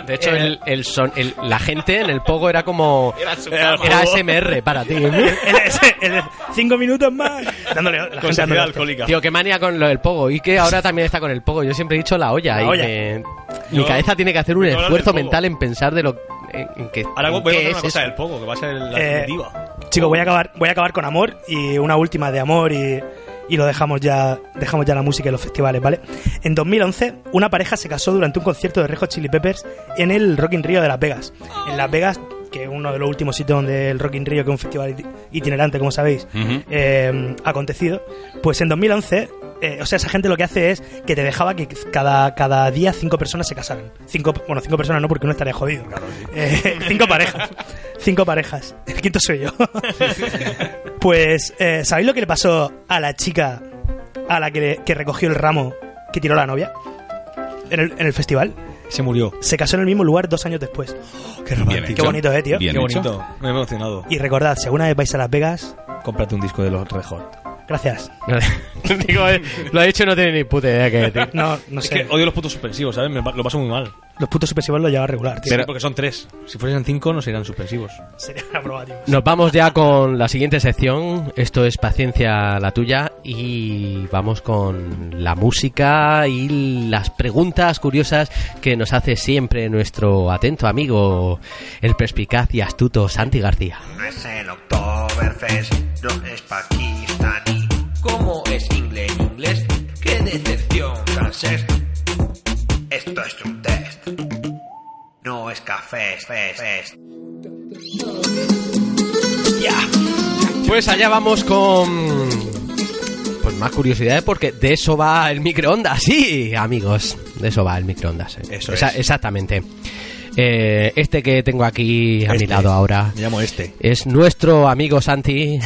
Speaker 2: De hecho, el, el son, el- la gente en el pogo era como... Era SMR para ti.
Speaker 3: El- el- el- cinco minutos más. Dándole, la
Speaker 5: Con
Speaker 3: gente dándole
Speaker 5: saliva
Speaker 3: hostias.
Speaker 5: alcohólica.
Speaker 2: Tío, qué manía con lo del pogo. Y que ahora también está con el pogo. Yo siempre he dicho la olla.
Speaker 3: La
Speaker 2: y
Speaker 3: olla.
Speaker 2: me- mi
Speaker 5: Yo-
Speaker 2: cabeza tiene que hacer
Speaker 5: yo
Speaker 2: un
Speaker 5: voy a hablar
Speaker 2: esfuerzo
Speaker 5: del pogo.
Speaker 2: mental en pensar de lo en, en que,
Speaker 5: Ahora
Speaker 2: en
Speaker 5: voy a
Speaker 2: qué
Speaker 5: contar una
Speaker 2: es
Speaker 5: cosa
Speaker 2: eso.
Speaker 5: del pogo, que va a ser la
Speaker 3: Eh,
Speaker 5: definitiva.
Speaker 3: Chicos, voy a acabar, voy a acabar con amor y una última de amor y, y lo dejamos ya, dejamos ya la música y los festivales, ¿vale? En 2011, una pareja se casó durante un concierto de Rejo Chili Peppers en el Rock in Rio de Las Vegas. En Las Vegas, que es uno de los últimos sitios donde el Rock in Rio, que es un festival iti- itinerante, como sabéis,
Speaker 4: Ujú.
Speaker 3: eh, acontecido, pues en 2011, eh, o sea, esa gente lo que hace es que te dejaba que cada, cada día cinco personas se casaran. Cinco, bueno, cinco personas no, porque uno estaría jodido. Eh, cinco parejas. Cinco parejas. El quinto soy yo. pues, eh, ¿sabéis lo que le pasó a la chica a la que, le- que recogió el ramo que tiró la novia? En el, en el festival.
Speaker 5: Se murió.
Speaker 3: Se casó en el mismo lugar dos años después.
Speaker 5: Qué
Speaker 4: Bien
Speaker 5: romántico.
Speaker 4: hecho.
Speaker 3: Qué bonito, ¿eh, tío?
Speaker 4: Bien
Speaker 5: Qué
Speaker 4: hecho.
Speaker 5: bonito. Me he emocionado.
Speaker 3: Y recordad, si alguna vez vais a Las Vegas,
Speaker 5: Cómprate un disco de los Rejón.
Speaker 3: Gracias.
Speaker 2: Digo, eh, lo ha dicho y no tiene ni puta idea que decir.
Speaker 3: No, no
Speaker 5: Es
Speaker 3: sé.
Speaker 5: que odio los puntos suspensivos, ¿sabes? Me pa- lo paso muy mal.
Speaker 3: Los putos supersivos los lleva regular, tío.
Speaker 5: Sí, porque son tres. Si fuesen cinco, no serían suspensivos.
Speaker 3: Sería una broma, tío.
Speaker 2: Nos vamos ya con la siguiente sección. Esto es Paciencia la tuya. Y vamos con la música y las preguntas curiosas que nos hace siempre nuestro atento amigo, el perspicaz y astuto Santi García.
Speaker 6: No es el Oktoberfest, no es pakistaní. ¿Cómo es inglés inglés? ¡Qué decepción francés! Esto es un test. No es café, fest, fest.
Speaker 2: Pues allá vamos con. Pues más curiosidades porque de eso va el microondas, sí, amigos. De eso va el microondas. eh.
Speaker 5: Eso
Speaker 2: Esa-
Speaker 5: es.
Speaker 2: Exactamente. Eh, este que tengo aquí a
Speaker 5: Este
Speaker 2: mi lado ahora
Speaker 5: Me llamo este.
Speaker 2: es nuestro amigo Santi.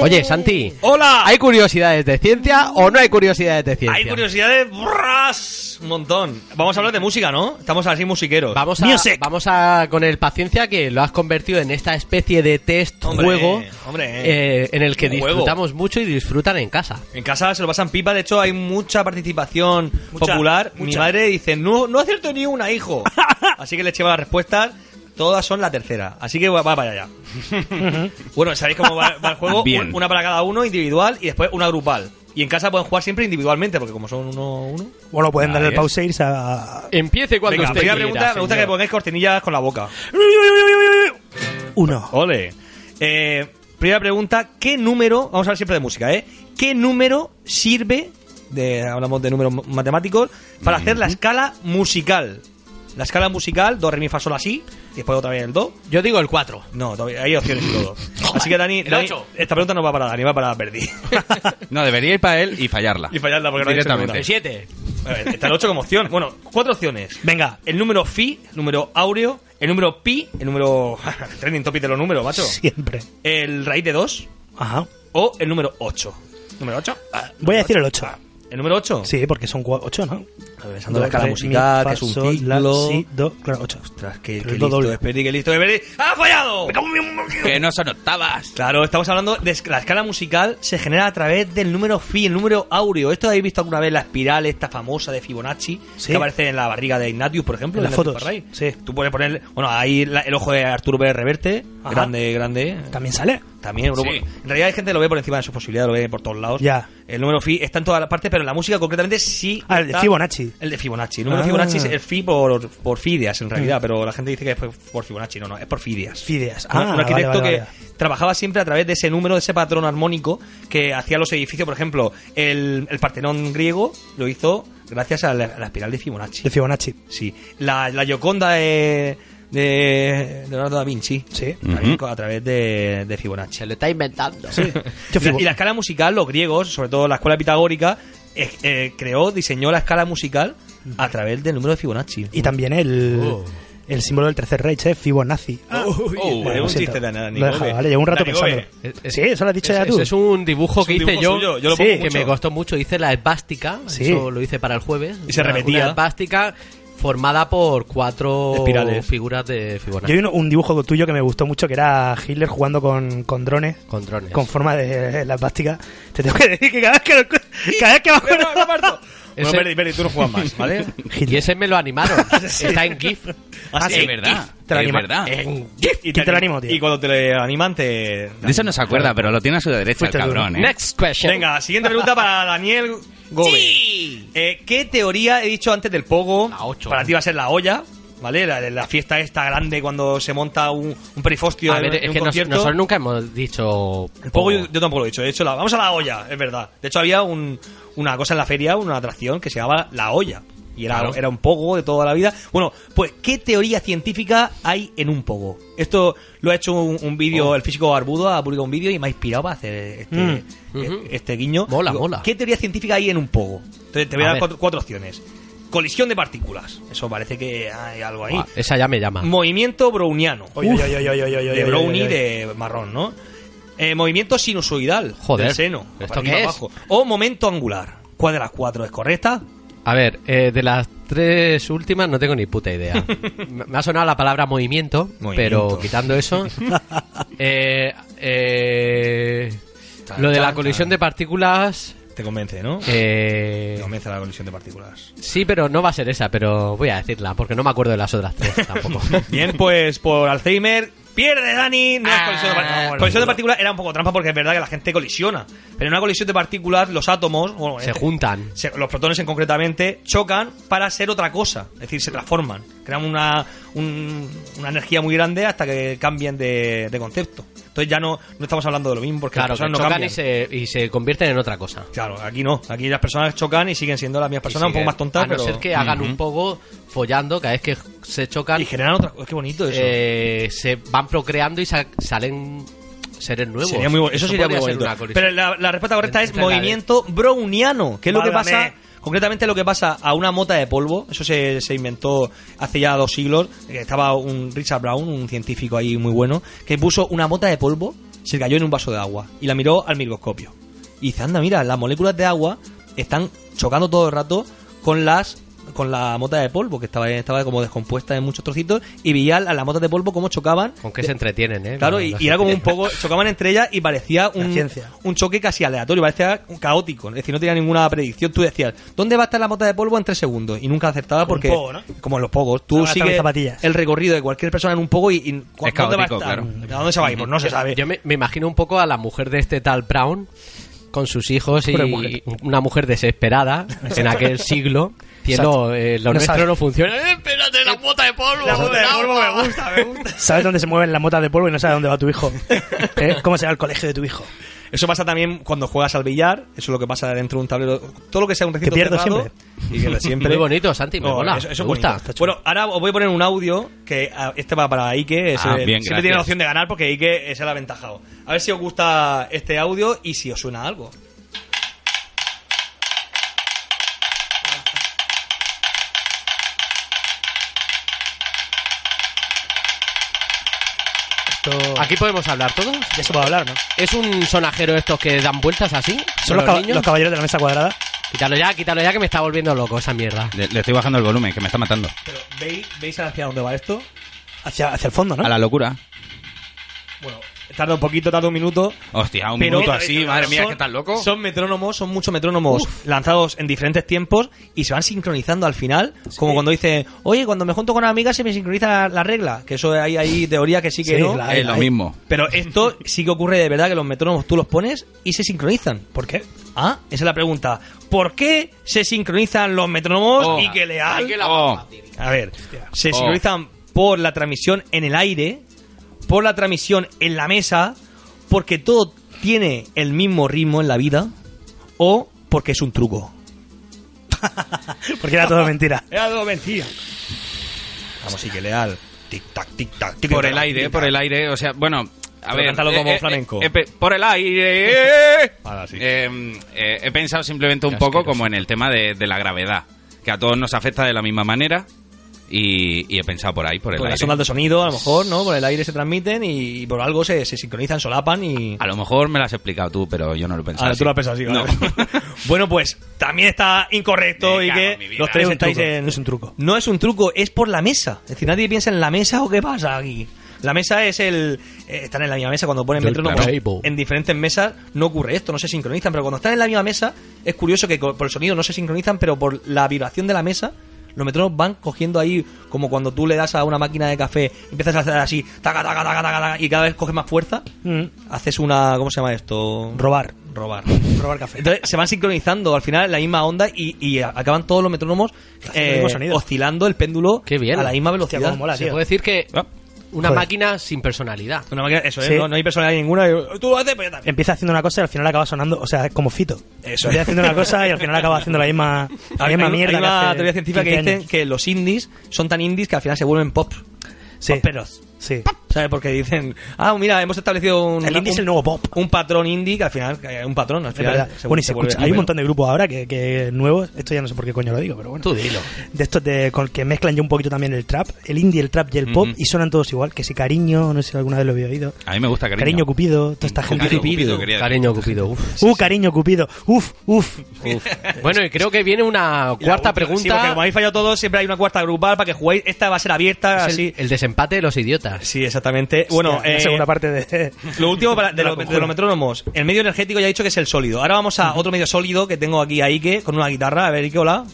Speaker 2: Oye, Santi.
Speaker 5: ¡Hola!
Speaker 2: ¿Hay curiosidades de ciencia o no hay curiosidades de ciencia?
Speaker 5: Hay curiosidades, ¡bras! un montón. Vamos a hablar de música, ¿no? Estamos así musiqueros.
Speaker 2: Vamos a,
Speaker 5: Music.
Speaker 2: vamos a con el paciencia que lo has convertido en esta especie de test
Speaker 5: Hombre,
Speaker 2: juego
Speaker 5: hombre.
Speaker 2: eh, en el que
Speaker 5: Juego.
Speaker 2: disfrutamos mucho y disfrutan en casa.
Speaker 5: En casa se lo pasan pipa, de hecho hay mucha participación
Speaker 3: Mucha,
Speaker 5: popular. Mi
Speaker 3: mucha.
Speaker 5: madre dice, no, no acierto ni una, hijo. Así que le lleva las respuestas, todas son la tercera. Así que va, va para allá. bueno, ¿sabéis cómo va, va el juego?
Speaker 4: Bien.
Speaker 5: Un- Una para cada uno, individual, y después una grupal. Y en casa pueden jugar siempre individualmente, porque como son uno uno...
Speaker 3: O lo pueden
Speaker 4: Ahí
Speaker 3: darle el
Speaker 4: es.
Speaker 3: pause e irse a.
Speaker 2: Empiece cuando
Speaker 5: Venga,
Speaker 2: usted
Speaker 5: primera
Speaker 2: quiera,
Speaker 5: pregunta, me gusta que
Speaker 2: señor.
Speaker 5: pongáis cortinillas con la boca.
Speaker 3: Uno.
Speaker 5: Ole. Eh, primera pregunta, ¿qué número, vamos a hablar siempre de música, ¿eh? ¿Qué número sirve, de, hablamos de números matemáticos, para hacer la escala musical? La escala musical, do, re, mi, fa, sol, así, y después otra vez el do.
Speaker 2: Yo digo el 4.
Speaker 5: No, todavía hay opciones y todo. Así que Dani,
Speaker 2: el
Speaker 5: Dani,
Speaker 2: ocho.
Speaker 5: esta pregunta no va para Dani, va para Verdi.
Speaker 4: No, debería ir para él y fallarla.
Speaker 5: y fallarla porque no ha dicho
Speaker 4: Directamente.
Speaker 2: El 7.
Speaker 5: ninguna. A ver, Está el 8 como opción. Bueno, cuatro opciones.
Speaker 3: Venga.
Speaker 5: El número fi, el número áureo, el número pi, el número... trending topic de los números, macho.
Speaker 3: Siempre.
Speaker 5: El raíz de 2,
Speaker 3: Ajá.
Speaker 5: o el número 8. ¿Número 8?
Speaker 3: Voy a decir el 8.
Speaker 5: ¿El número 8?
Speaker 3: Sí, porque son 8, ¿no?
Speaker 5: Pensando en la
Speaker 3: Do,
Speaker 5: escala
Speaker 3: re,
Speaker 5: musical,
Speaker 3: mi, fa,
Speaker 5: que es un
Speaker 3: sol, la,
Speaker 5: ciclo.
Speaker 3: si, do, claro, 8.
Speaker 5: Ostras, qué,
Speaker 3: Pero
Speaker 5: qué
Speaker 3: es do
Speaker 5: listo
Speaker 3: doble.
Speaker 5: es Perdi, qué listo es Perdi. ¡Ha fallado!
Speaker 4: Que no son octavas.
Speaker 5: Claro, estamos hablando de es- la escala musical se genera a través del número fi, el número áureo. ¿Esto habéis visto alguna vez la espiral esta famosa de Fibonacci
Speaker 3: Sí.
Speaker 5: que aparece en la barriga de Ignatius, por ejemplo?
Speaker 3: En
Speaker 5: de
Speaker 3: las
Speaker 5: Ignatius
Speaker 3: fotos,
Speaker 5: Farray?
Speaker 3: sí.
Speaker 5: Tú puedes poner, bueno, ahí la- el ojo de Arturo Pérez Reverte,
Speaker 3: Ajá.
Speaker 5: grande, grande.
Speaker 3: ¿También sale?
Speaker 5: También, Europa.
Speaker 4: Sí.
Speaker 5: En realidad hay gente que lo ve por encima de sus posibilidades, lo ve por todos lados.
Speaker 3: Ya.
Speaker 5: El número fi está en todas las partes, pero en la música concretamente sí.
Speaker 3: Ah, el de
Speaker 5: está-
Speaker 3: Fibonacci.
Speaker 5: El de Fibonacci. El
Speaker 3: Ah.
Speaker 5: número
Speaker 3: Mm.
Speaker 5: de Fibonacci es el fi por, por Fidias, en realidad, pero la gente dice que es por- por Fibonacci. No, no, es por Fidias.
Speaker 3: Fidias.
Speaker 5: Un-
Speaker 3: Ah,
Speaker 5: un arquitecto
Speaker 3: vale, vale,
Speaker 5: que
Speaker 3: vale.
Speaker 5: trabajaba siempre a través de ese número, de ese patrón armónico que hacía los edificios. Por ejemplo, el, el Partenón griego lo hizo gracias a la, a la espiral de Fibonacci.
Speaker 3: De Fibonacci.
Speaker 5: Sí. La, la Gioconda de, de Leonardo da Vinci.
Speaker 3: Sí.
Speaker 5: También co- A través de, de Fibonacci.
Speaker 2: Se lo está inventando.
Speaker 3: Yo
Speaker 5: Y la-
Speaker 3: fibo-
Speaker 5: y la escala musical, los griegos, sobre todo la escuela pitagórica, eh, eh, creó, diseñó la escala musical a través del número de Fibonacci.
Speaker 3: Y también el,
Speaker 2: Oh.
Speaker 3: el símbolo del tercer Reich, ¿eh? Fibonacci.
Speaker 5: Oh,
Speaker 3: Bueno,
Speaker 5: es
Speaker 3: lo
Speaker 5: un
Speaker 3: siento.
Speaker 5: chiste de Dani
Speaker 3: Lo he dejado,
Speaker 5: Gobe.
Speaker 3: vale, llevo un rato
Speaker 5: Dani Gobe.
Speaker 3: pensando. Sí, eso lo has dicho
Speaker 2: Es-
Speaker 3: ya
Speaker 2: es-
Speaker 3: tú.
Speaker 2: Es un dibujo
Speaker 5: Es
Speaker 2: que
Speaker 5: un
Speaker 2: hice
Speaker 5: dibujo
Speaker 2: yo,
Speaker 5: suyo, yo lo
Speaker 2: sí,
Speaker 5: pongo
Speaker 2: que
Speaker 5: mucho.
Speaker 2: me costó mucho. Hice la esvástica,
Speaker 3: Sí.
Speaker 2: eso lo hice para el jueves.
Speaker 5: Y se
Speaker 2: Una-
Speaker 5: repetía.
Speaker 2: Una esvástica formada por cuatro
Speaker 5: Espirales.
Speaker 2: figuras de
Speaker 3: Yo
Speaker 2: Fibonacci.
Speaker 3: vi un, un dibujo tuyo que me gustó mucho, que era Hitler jugando con, con drones.
Speaker 2: Con drones.
Speaker 3: Con forma de, de las básicas. Te tengo que decir que cada vez que lo encuentro- cada vez que me acuerdo-
Speaker 5: Bueno, Roberto. Bueno,
Speaker 2: Ese-
Speaker 5: Verdi, Verdi, tú no juegas más, ¿vale?
Speaker 2: y ese me lo animaron. Está en GIF.
Speaker 5: Ah, sí.
Speaker 4: es verdad.
Speaker 3: Te la Eh,
Speaker 4: Es
Speaker 3: anima-
Speaker 4: verdad.
Speaker 2: En-
Speaker 3: ¿Quién
Speaker 5: Y
Speaker 3: te lo
Speaker 5: anima-
Speaker 3: animó, tío?
Speaker 5: Y cuando te le animan, te.
Speaker 4: De eso no se acuerda, pero lo tiene a su derecha el
Speaker 3: Fuiste duro.
Speaker 4: cabrón, ¿eh?
Speaker 2: Next question.
Speaker 5: Venga, siguiente pregunta para Daniel Gómez. Eh, ¿Qué teoría he dicho antes del pogo?
Speaker 2: La ocho. ¿eh?
Speaker 5: Para ti va a ser la olla, ¿vale? La, la fiesta esta grande cuando se monta un, un perifostio
Speaker 2: A
Speaker 5: en,
Speaker 2: ver,
Speaker 5: en
Speaker 2: es
Speaker 5: un
Speaker 2: que nos-
Speaker 5: concierto.
Speaker 2: nosotros nunca hemos dicho.
Speaker 5: El pogo yo, yo tampoco lo he dicho. He hecho la, vamos a la olla, es verdad. De hecho, había un- una cosa en la feria, una atracción que se llamaba la olla. Y era,
Speaker 2: Claro.
Speaker 5: era un pogo de toda la vida. Bueno, pues, ¿qué teoría científica hay en un pogo? Esto lo ha hecho un, un
Speaker 2: Oh.
Speaker 5: vídeo, el físico Arbudo ha publicado un vídeo y me ha inspirado para hacer este,
Speaker 3: Mm.
Speaker 5: e- este guiño.
Speaker 2: Mola, mola.
Speaker 5: ¿Qué teoría científica hay en un pogo? Te, te voy
Speaker 2: A
Speaker 5: a, dar
Speaker 2: ver.
Speaker 5: cuatro, cuatro opciones. Colisión de partículas. Eso parece que hay algo ahí.
Speaker 2: Buah, esa ya me llama.
Speaker 5: Movimiento browniano
Speaker 3: Oy, oy, oy, oy, oy, oy,
Speaker 5: de
Speaker 3: oy, oy,
Speaker 5: brownie
Speaker 3: oy.
Speaker 5: de marrón, ¿no? Eh, movimiento sinusoidal
Speaker 2: Joder,
Speaker 5: del seno.
Speaker 2: ¿esto
Speaker 5: para
Speaker 2: qué
Speaker 5: arriba,
Speaker 2: es?
Speaker 5: abajo. O momento angular. ¿Cuál de las cuatro es correcta?
Speaker 2: A ver, eh, de las tres últimas no tengo ni puta idea. Me me ha sonado la palabra movimiento,
Speaker 5: Movimiento.
Speaker 2: pero quitando eso. eh, eh,
Speaker 5: Chan,
Speaker 2: Lo de la
Speaker 5: chan,
Speaker 2: colisión de
Speaker 5: chan.
Speaker 2: partículas.
Speaker 5: Te convence, ¿no? Te
Speaker 2: eh,
Speaker 5: convence la colisión de partículas.
Speaker 2: sí, pero no va a ser esa, pero voy a decirla, porque no me acuerdo de las otras tres tampoco.
Speaker 5: Bien, pues por Alzheimer. Pierde Dani, no es
Speaker 2: Ah,
Speaker 5: colisión de partículas.
Speaker 2: bueno.
Speaker 5: colisión de partículas era un poco trampa porque es verdad que la gente colisiona. Pero en una colisión de partículas, los átomos, bueno,
Speaker 2: Se
Speaker 5: este-
Speaker 2: juntan.
Speaker 5: se- los protones en concretamente, chocan para ser otra cosa. Es decir, se transforman. Crean una, un- una energía muy grande hasta que cambian de, de concepto. Entonces ya no, no estamos hablando de lo mismo porque
Speaker 2: Claro,
Speaker 5: las
Speaker 2: que
Speaker 5: personas no
Speaker 2: chocan
Speaker 5: cambian.
Speaker 2: y se, y se convierten en otra cosa.
Speaker 5: Claro, aquí no. Aquí las personas chocan y siguen siendo las mismas personas, un
Speaker 2: Y
Speaker 5: poco
Speaker 2: sigue-
Speaker 5: más tontas.
Speaker 2: A no
Speaker 5: pero-
Speaker 2: ser que hagan un poco follando, cada vez que se chocan,
Speaker 5: Y generan otra cosa. Qué bonito eso.
Speaker 2: eh, se van procreando y sa- salen seres nuevos.
Speaker 5: Sería muy bueno. Eso, sería muy
Speaker 2: podría ser
Speaker 5: bonito.
Speaker 2: una colisión.
Speaker 5: Pero la, la respuesta correcta es
Speaker 2: Entre la de-
Speaker 5: movimiento browniano, que es lo que
Speaker 3: Válgame.
Speaker 5: pasa. Concretamente lo que pasa a una mota de polvo, eso se, se inventó hace ya dos siglos, que estaba un Richard Brown, un científico ahí muy bueno, que puso una mota de polvo, se cayó en un vaso de agua y la miró al microscopio. Y dice, anda, mira, las moléculas de agua están chocando todo el rato con las con la mota de polvo, que estaba, estaba como descompuesta en muchos trocitos, y veía a las motas de polvo cómo chocaban
Speaker 2: Con que se entretienen, ¿eh?
Speaker 5: Claro, y,
Speaker 2: No, no
Speaker 5: y era como un
Speaker 2: entretienen.
Speaker 5: poco, chocaban entre ellas y parecía
Speaker 3: La
Speaker 5: un,
Speaker 3: ciencia.
Speaker 5: un choque casi aleatorio, parecía un caótico, es decir, no tenía ninguna predicción. Tú decías, ¿dónde va a estar la mota de polvo en tres segundos? Y nunca acertaba
Speaker 3: Como un
Speaker 5: porque,
Speaker 3: pogo, ¿no?
Speaker 5: como en los pogos,
Speaker 3: No
Speaker 5: tú
Speaker 3: va a estar en
Speaker 5: sigues
Speaker 3: zapatillas.
Speaker 5: el recorrido de cualquier persona en un pogo y, y cu-
Speaker 4: Es
Speaker 5: ¿dónde va a
Speaker 4: caótico,
Speaker 5: estar?
Speaker 4: claro.
Speaker 5: ¿A dónde se va a ir? Pues no se sabe.
Speaker 2: Yo me, me imagino un poco a la mujer de este tal Brown con sus hijos y
Speaker 3: Pobre mujer.
Speaker 2: una mujer desesperada en aquel siglo diciendo eh, lo
Speaker 3: No
Speaker 2: nuestro
Speaker 3: sabe.
Speaker 2: no funciona. ¡Eh, espérate, la mota de polvo!
Speaker 5: La mota de
Speaker 2: agua!
Speaker 5: polvo me gusta, me gusta.
Speaker 3: ¿Sabes dónde se mueven las motas de polvo y no sabes dónde va tu hijo? ¿Eh? ¿Cómo será el colegio de tu hijo?
Speaker 5: Eso pasa también cuando juegas al billar, eso es lo que pasa dentro de un tablero, todo lo que sea un recinto
Speaker 3: pierdo
Speaker 5: cerrado, Y pierdes siempre.
Speaker 2: Muy
Speaker 5: Oh,
Speaker 2: bonito, Santi, me mola,
Speaker 5: Eso, eso
Speaker 2: me
Speaker 5: es bonito.
Speaker 2: gusta.
Speaker 5: Bueno, ahora os voy a poner un audio que ah, este va para Ike, es
Speaker 4: Ah,
Speaker 5: el-
Speaker 4: bien,
Speaker 5: siempre tiene la
Speaker 4: gracias.
Speaker 5: opción de ganar porque Ike es el aventajado. A ver si os gusta este audio y si os suena algo.
Speaker 3: Esto...
Speaker 5: Ah,
Speaker 2: Aquí podemos hablar todos.
Speaker 3: Ya se puede hablar, ¿no?
Speaker 2: ¿Es un sonajero estos que dan vueltas así?
Speaker 3: Son los,
Speaker 2: ¿Con
Speaker 3: caba-
Speaker 2: niños?
Speaker 3: los caballeros de la mesa cuadrada.
Speaker 2: Quítalo ya, quítalo ya que me está volviendo loco esa mierda.
Speaker 4: Le, le estoy bajando el volumen, que me está matando.
Speaker 5: Pero ¿veis, veis hacia dónde va esto?
Speaker 3: Hacia, hacia el fondo, ¿no?
Speaker 4: A la locura.
Speaker 5: Bueno, tarda un poquito, tarda un minuto.
Speaker 4: Hostia, un
Speaker 5: Pero- eh,
Speaker 4: minuto así, madre mía,
Speaker 5: son-
Speaker 4: que tan loco.
Speaker 5: Son metrónomos, son muchos metrónomos lanzados en diferentes tiempos y se van sincronizando al final. Como cuando dice, oye, cuando me junto con una amiga se me sincroniza la regla. Que eso hay, hay teoría que sí que
Speaker 3: Sí,
Speaker 5: no.
Speaker 3: la-
Speaker 4: es lo
Speaker 3: ay.
Speaker 4: mismo.
Speaker 5: Pero esto sí que ocurre de verdad que los metrónomos tú los pones y se sincronizan.
Speaker 3: ¿Por qué?
Speaker 5: Ah, esa es la pregunta. ¿Por qué se sincronizan los metrónomos
Speaker 4: Oh.
Speaker 5: y que le al-
Speaker 4: Oh,
Speaker 5: A ver, se
Speaker 4: Oh.
Speaker 5: sincronizan por la transmisión en el aire, por la transmisión en la mesa, porque todo tiene el mismo ritmo en la vida o porque es un truco.
Speaker 3: Porque era todo mentira.
Speaker 5: Era todo mentira. Vamos, y que leal. Tic tac, tic tac. tic,
Speaker 4: por
Speaker 5: tac,
Speaker 4: el
Speaker 5: tic,
Speaker 4: aire,
Speaker 5: tac.
Speaker 4: por el aire, o sea, bueno, a
Speaker 5: Pero
Speaker 4: ver. eh,
Speaker 5: cántalo como flamenco.
Speaker 4: pe- por el aire. eh.
Speaker 5: Ahora sí.
Speaker 4: Eh, eh, he pensado simplemente un
Speaker 5: Qué
Speaker 4: poco
Speaker 5: asqueroso.
Speaker 4: como en el tema de, de la gravedad, que a todos nos afecta de la misma manera. Y, y he pensado por ahí, por el
Speaker 5: Por Pues las
Speaker 4: aire.
Speaker 5: ondas de sonido, a lo mejor, ¿no? Por el aire se transmiten y por algo se, se sincronizan, solapan y.
Speaker 4: A lo mejor me lo has explicado tú, pero yo no lo he pensado.
Speaker 5: Ah,
Speaker 4: así.
Speaker 5: tú lo has pensado así, vale.
Speaker 4: No.
Speaker 5: bueno, pues también está incorrecto
Speaker 4: Me
Speaker 5: y
Speaker 4: cago
Speaker 5: que
Speaker 4: en mi vida. ¿eh?
Speaker 5: los tres
Speaker 3: Es un
Speaker 5: estáis
Speaker 3: truco,
Speaker 5: en.
Speaker 3: es un truco.
Speaker 5: No es un truco, es por la mesa. Es decir, nadie piensa en la mesa o qué pasa aquí. La mesa es el. eh, están en la misma mesa cuando ponen
Speaker 2: Del
Speaker 5: metrónomos.
Speaker 2: table.
Speaker 5: En diferentes mesas no ocurre esto, no se sincronizan. Pero cuando están en la misma mesa, es curioso que co- por el sonido no se sincronizan, pero por la vibración de la mesa. Los metrónomos van cogiendo ahí, como cuando tú le das a una máquina de café, empiezas a hacer así, taca, taca, taca, taca, taca, y cada vez coge más fuerza.
Speaker 3: Mm.
Speaker 5: Haces una. ¿Cómo se llama esto?
Speaker 3: Robar.
Speaker 5: robar.
Speaker 3: Robar café.
Speaker 5: Entonces se van sincronizando al final en la misma onda y, y acaban todos los metrónomos
Speaker 3: Haciendo el mismo sonido.
Speaker 5: oscilando el péndulo
Speaker 2: Qué bien.
Speaker 5: a la misma
Speaker 3: Hostia,
Speaker 5: velocidad.
Speaker 3: cómo mola,
Speaker 2: Se
Speaker 3: tío.
Speaker 2: puede decir que
Speaker 4: Ah,
Speaker 2: una
Speaker 3: Joder.
Speaker 2: máquina sin personalidad.
Speaker 5: Una máquina- eso es,
Speaker 3: Sí.
Speaker 5: no, no hay personalidad ninguna. Tú lo haces, pues yo también.
Speaker 3: Empieza haciendo una cosa y al final acaba sonando, o sea, es como fito.
Speaker 5: Eso
Speaker 3: Empieza
Speaker 5: es.
Speaker 3: haciendo una cosa y al final acaba haciendo la misma, la
Speaker 5: Hay-
Speaker 3: misma
Speaker 5: hay-
Speaker 3: mierda.
Speaker 5: Hay
Speaker 3: que
Speaker 5: una
Speaker 3: hace
Speaker 5: teoría científica que
Speaker 3: 15
Speaker 5: dice
Speaker 3: años.
Speaker 5: que los indies son tan indies que al final se vuelven pop.
Speaker 3: Sí.
Speaker 5: Poperos.
Speaker 3: Sí.
Speaker 5: ¿Sabes? Porque dicen, ah, mira, hemos establecido un,
Speaker 3: El indie es
Speaker 5: un-
Speaker 3: el nuevo pop.
Speaker 5: un patrón indie que al final, que hay un patrón, al
Speaker 3: Es
Speaker 5: final.
Speaker 3: verdad.
Speaker 5: se-
Speaker 3: bueno, y se
Speaker 5: se vuelve
Speaker 3: escucha- hay un
Speaker 5: pop.
Speaker 3: montón de grupos ahora que, que nuevos, esto ya no sé por qué coño lo digo, pero bueno.
Speaker 2: Tú dilo.
Speaker 3: De estos de, con que mezclan ya un poquito también el trap, el indie, el trap y el pop,
Speaker 4: Ujú.
Speaker 3: y sonan todos igual, que si cariño, no sé si alguna vez lo había oído.
Speaker 2: Ah,
Speaker 4: A mí me gusta cariño.
Speaker 3: Cariño, Cupido, toda
Speaker 2: Mm.
Speaker 3: esta gente.
Speaker 4: Cariño Cupido, quería decir.
Speaker 2: Cariño Cupido. uf.
Speaker 3: Uh, cariño, Cupido. Uf, uf.
Speaker 2: Bueno, y creo que viene una
Speaker 5: Y la
Speaker 2: cuarta
Speaker 5: última, sí, porque
Speaker 2: pregunta.
Speaker 5: como habéis fallado todos, siempre hay una cuarta grupal para que juguéis. Esta va a ser abierta,
Speaker 2: Es el,
Speaker 5: así.
Speaker 2: el desempate de los casa.
Speaker 5: Sí, exactamente. Bueno,
Speaker 3: eh, Hostia, la
Speaker 5: eh,
Speaker 3: segunda parte de.
Speaker 5: Lo último para- de,
Speaker 3: La
Speaker 5: lo- de
Speaker 3: conjura.
Speaker 5: los metrónomos. El medio energético ya he dicho que es el sólido. Ahora vamos a otro medio sólido que tengo aquí a Ike con una guitarra. A ver, Ike, hola.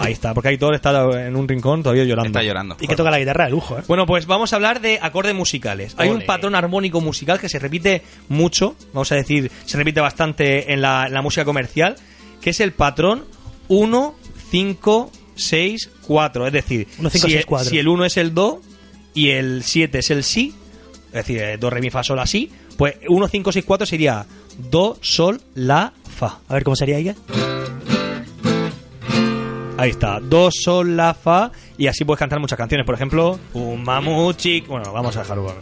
Speaker 5: Ahí está, porque Aitor está en un rincón todavía llorando.
Speaker 4: Está llorando.
Speaker 3: Y que toca la guitarra de lujo, ¿eh?
Speaker 5: Bueno, pues vamos a hablar de acordes musicales. Hay un
Speaker 2: Ole.
Speaker 5: patrón armónico musical que se repite mucho, vamos a decir, se repite bastante en la, en la música comercial, que es el patrón 1, 5, 6, 4. Es decir,
Speaker 3: Uno, cinco,
Speaker 5: si,
Speaker 3: seis, cuatro.
Speaker 5: si el 1 es el do y el 7 es el si, es decir, eh, do, re, mi, fa, sol, la, si, pues 1, 5, 6, 4 sería do, sol, la, fa.
Speaker 3: A ver cómo sería ella.
Speaker 5: Ahí está, do, sol, la, fa y así puedes cantar muchas canciones, por ejemplo, un mamuchic, bueno, vamos a dejarlo. bueno.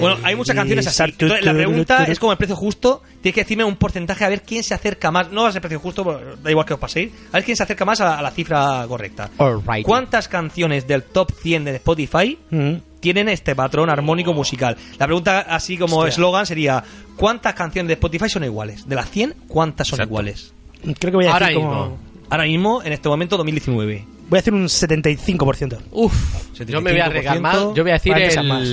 Speaker 5: Bueno, hay muchas canciones así. Entonces, la pregunta es como el precio justo, tienes que decirme un porcentaje a ver quién se acerca más, no va a ser precio justo, pero da igual que os paséis, a ver quién se acerca más a, la- a la cifra correcta.
Speaker 2: Alright.
Speaker 5: ¿Cuántas canciones del top 100 de Spotify
Speaker 3: Mm.
Speaker 5: tienen este patrón armónico musical? La pregunta así como eslogan sería, ¿cuántas canciones de Spotify son iguales? De las 100, ¿cuántas son
Speaker 4: Exacto.
Speaker 5: iguales?
Speaker 3: Creo que voy a
Speaker 2: Ahora
Speaker 3: decir como-
Speaker 2: mismo.
Speaker 5: Ahora mismo, en este momento, 2019.
Speaker 3: Voy a hacer un 75%.
Speaker 2: Uf, yo me voy a arriesgar más. Yo voy a decir
Speaker 3: Vaya que sea
Speaker 2: el-
Speaker 3: más.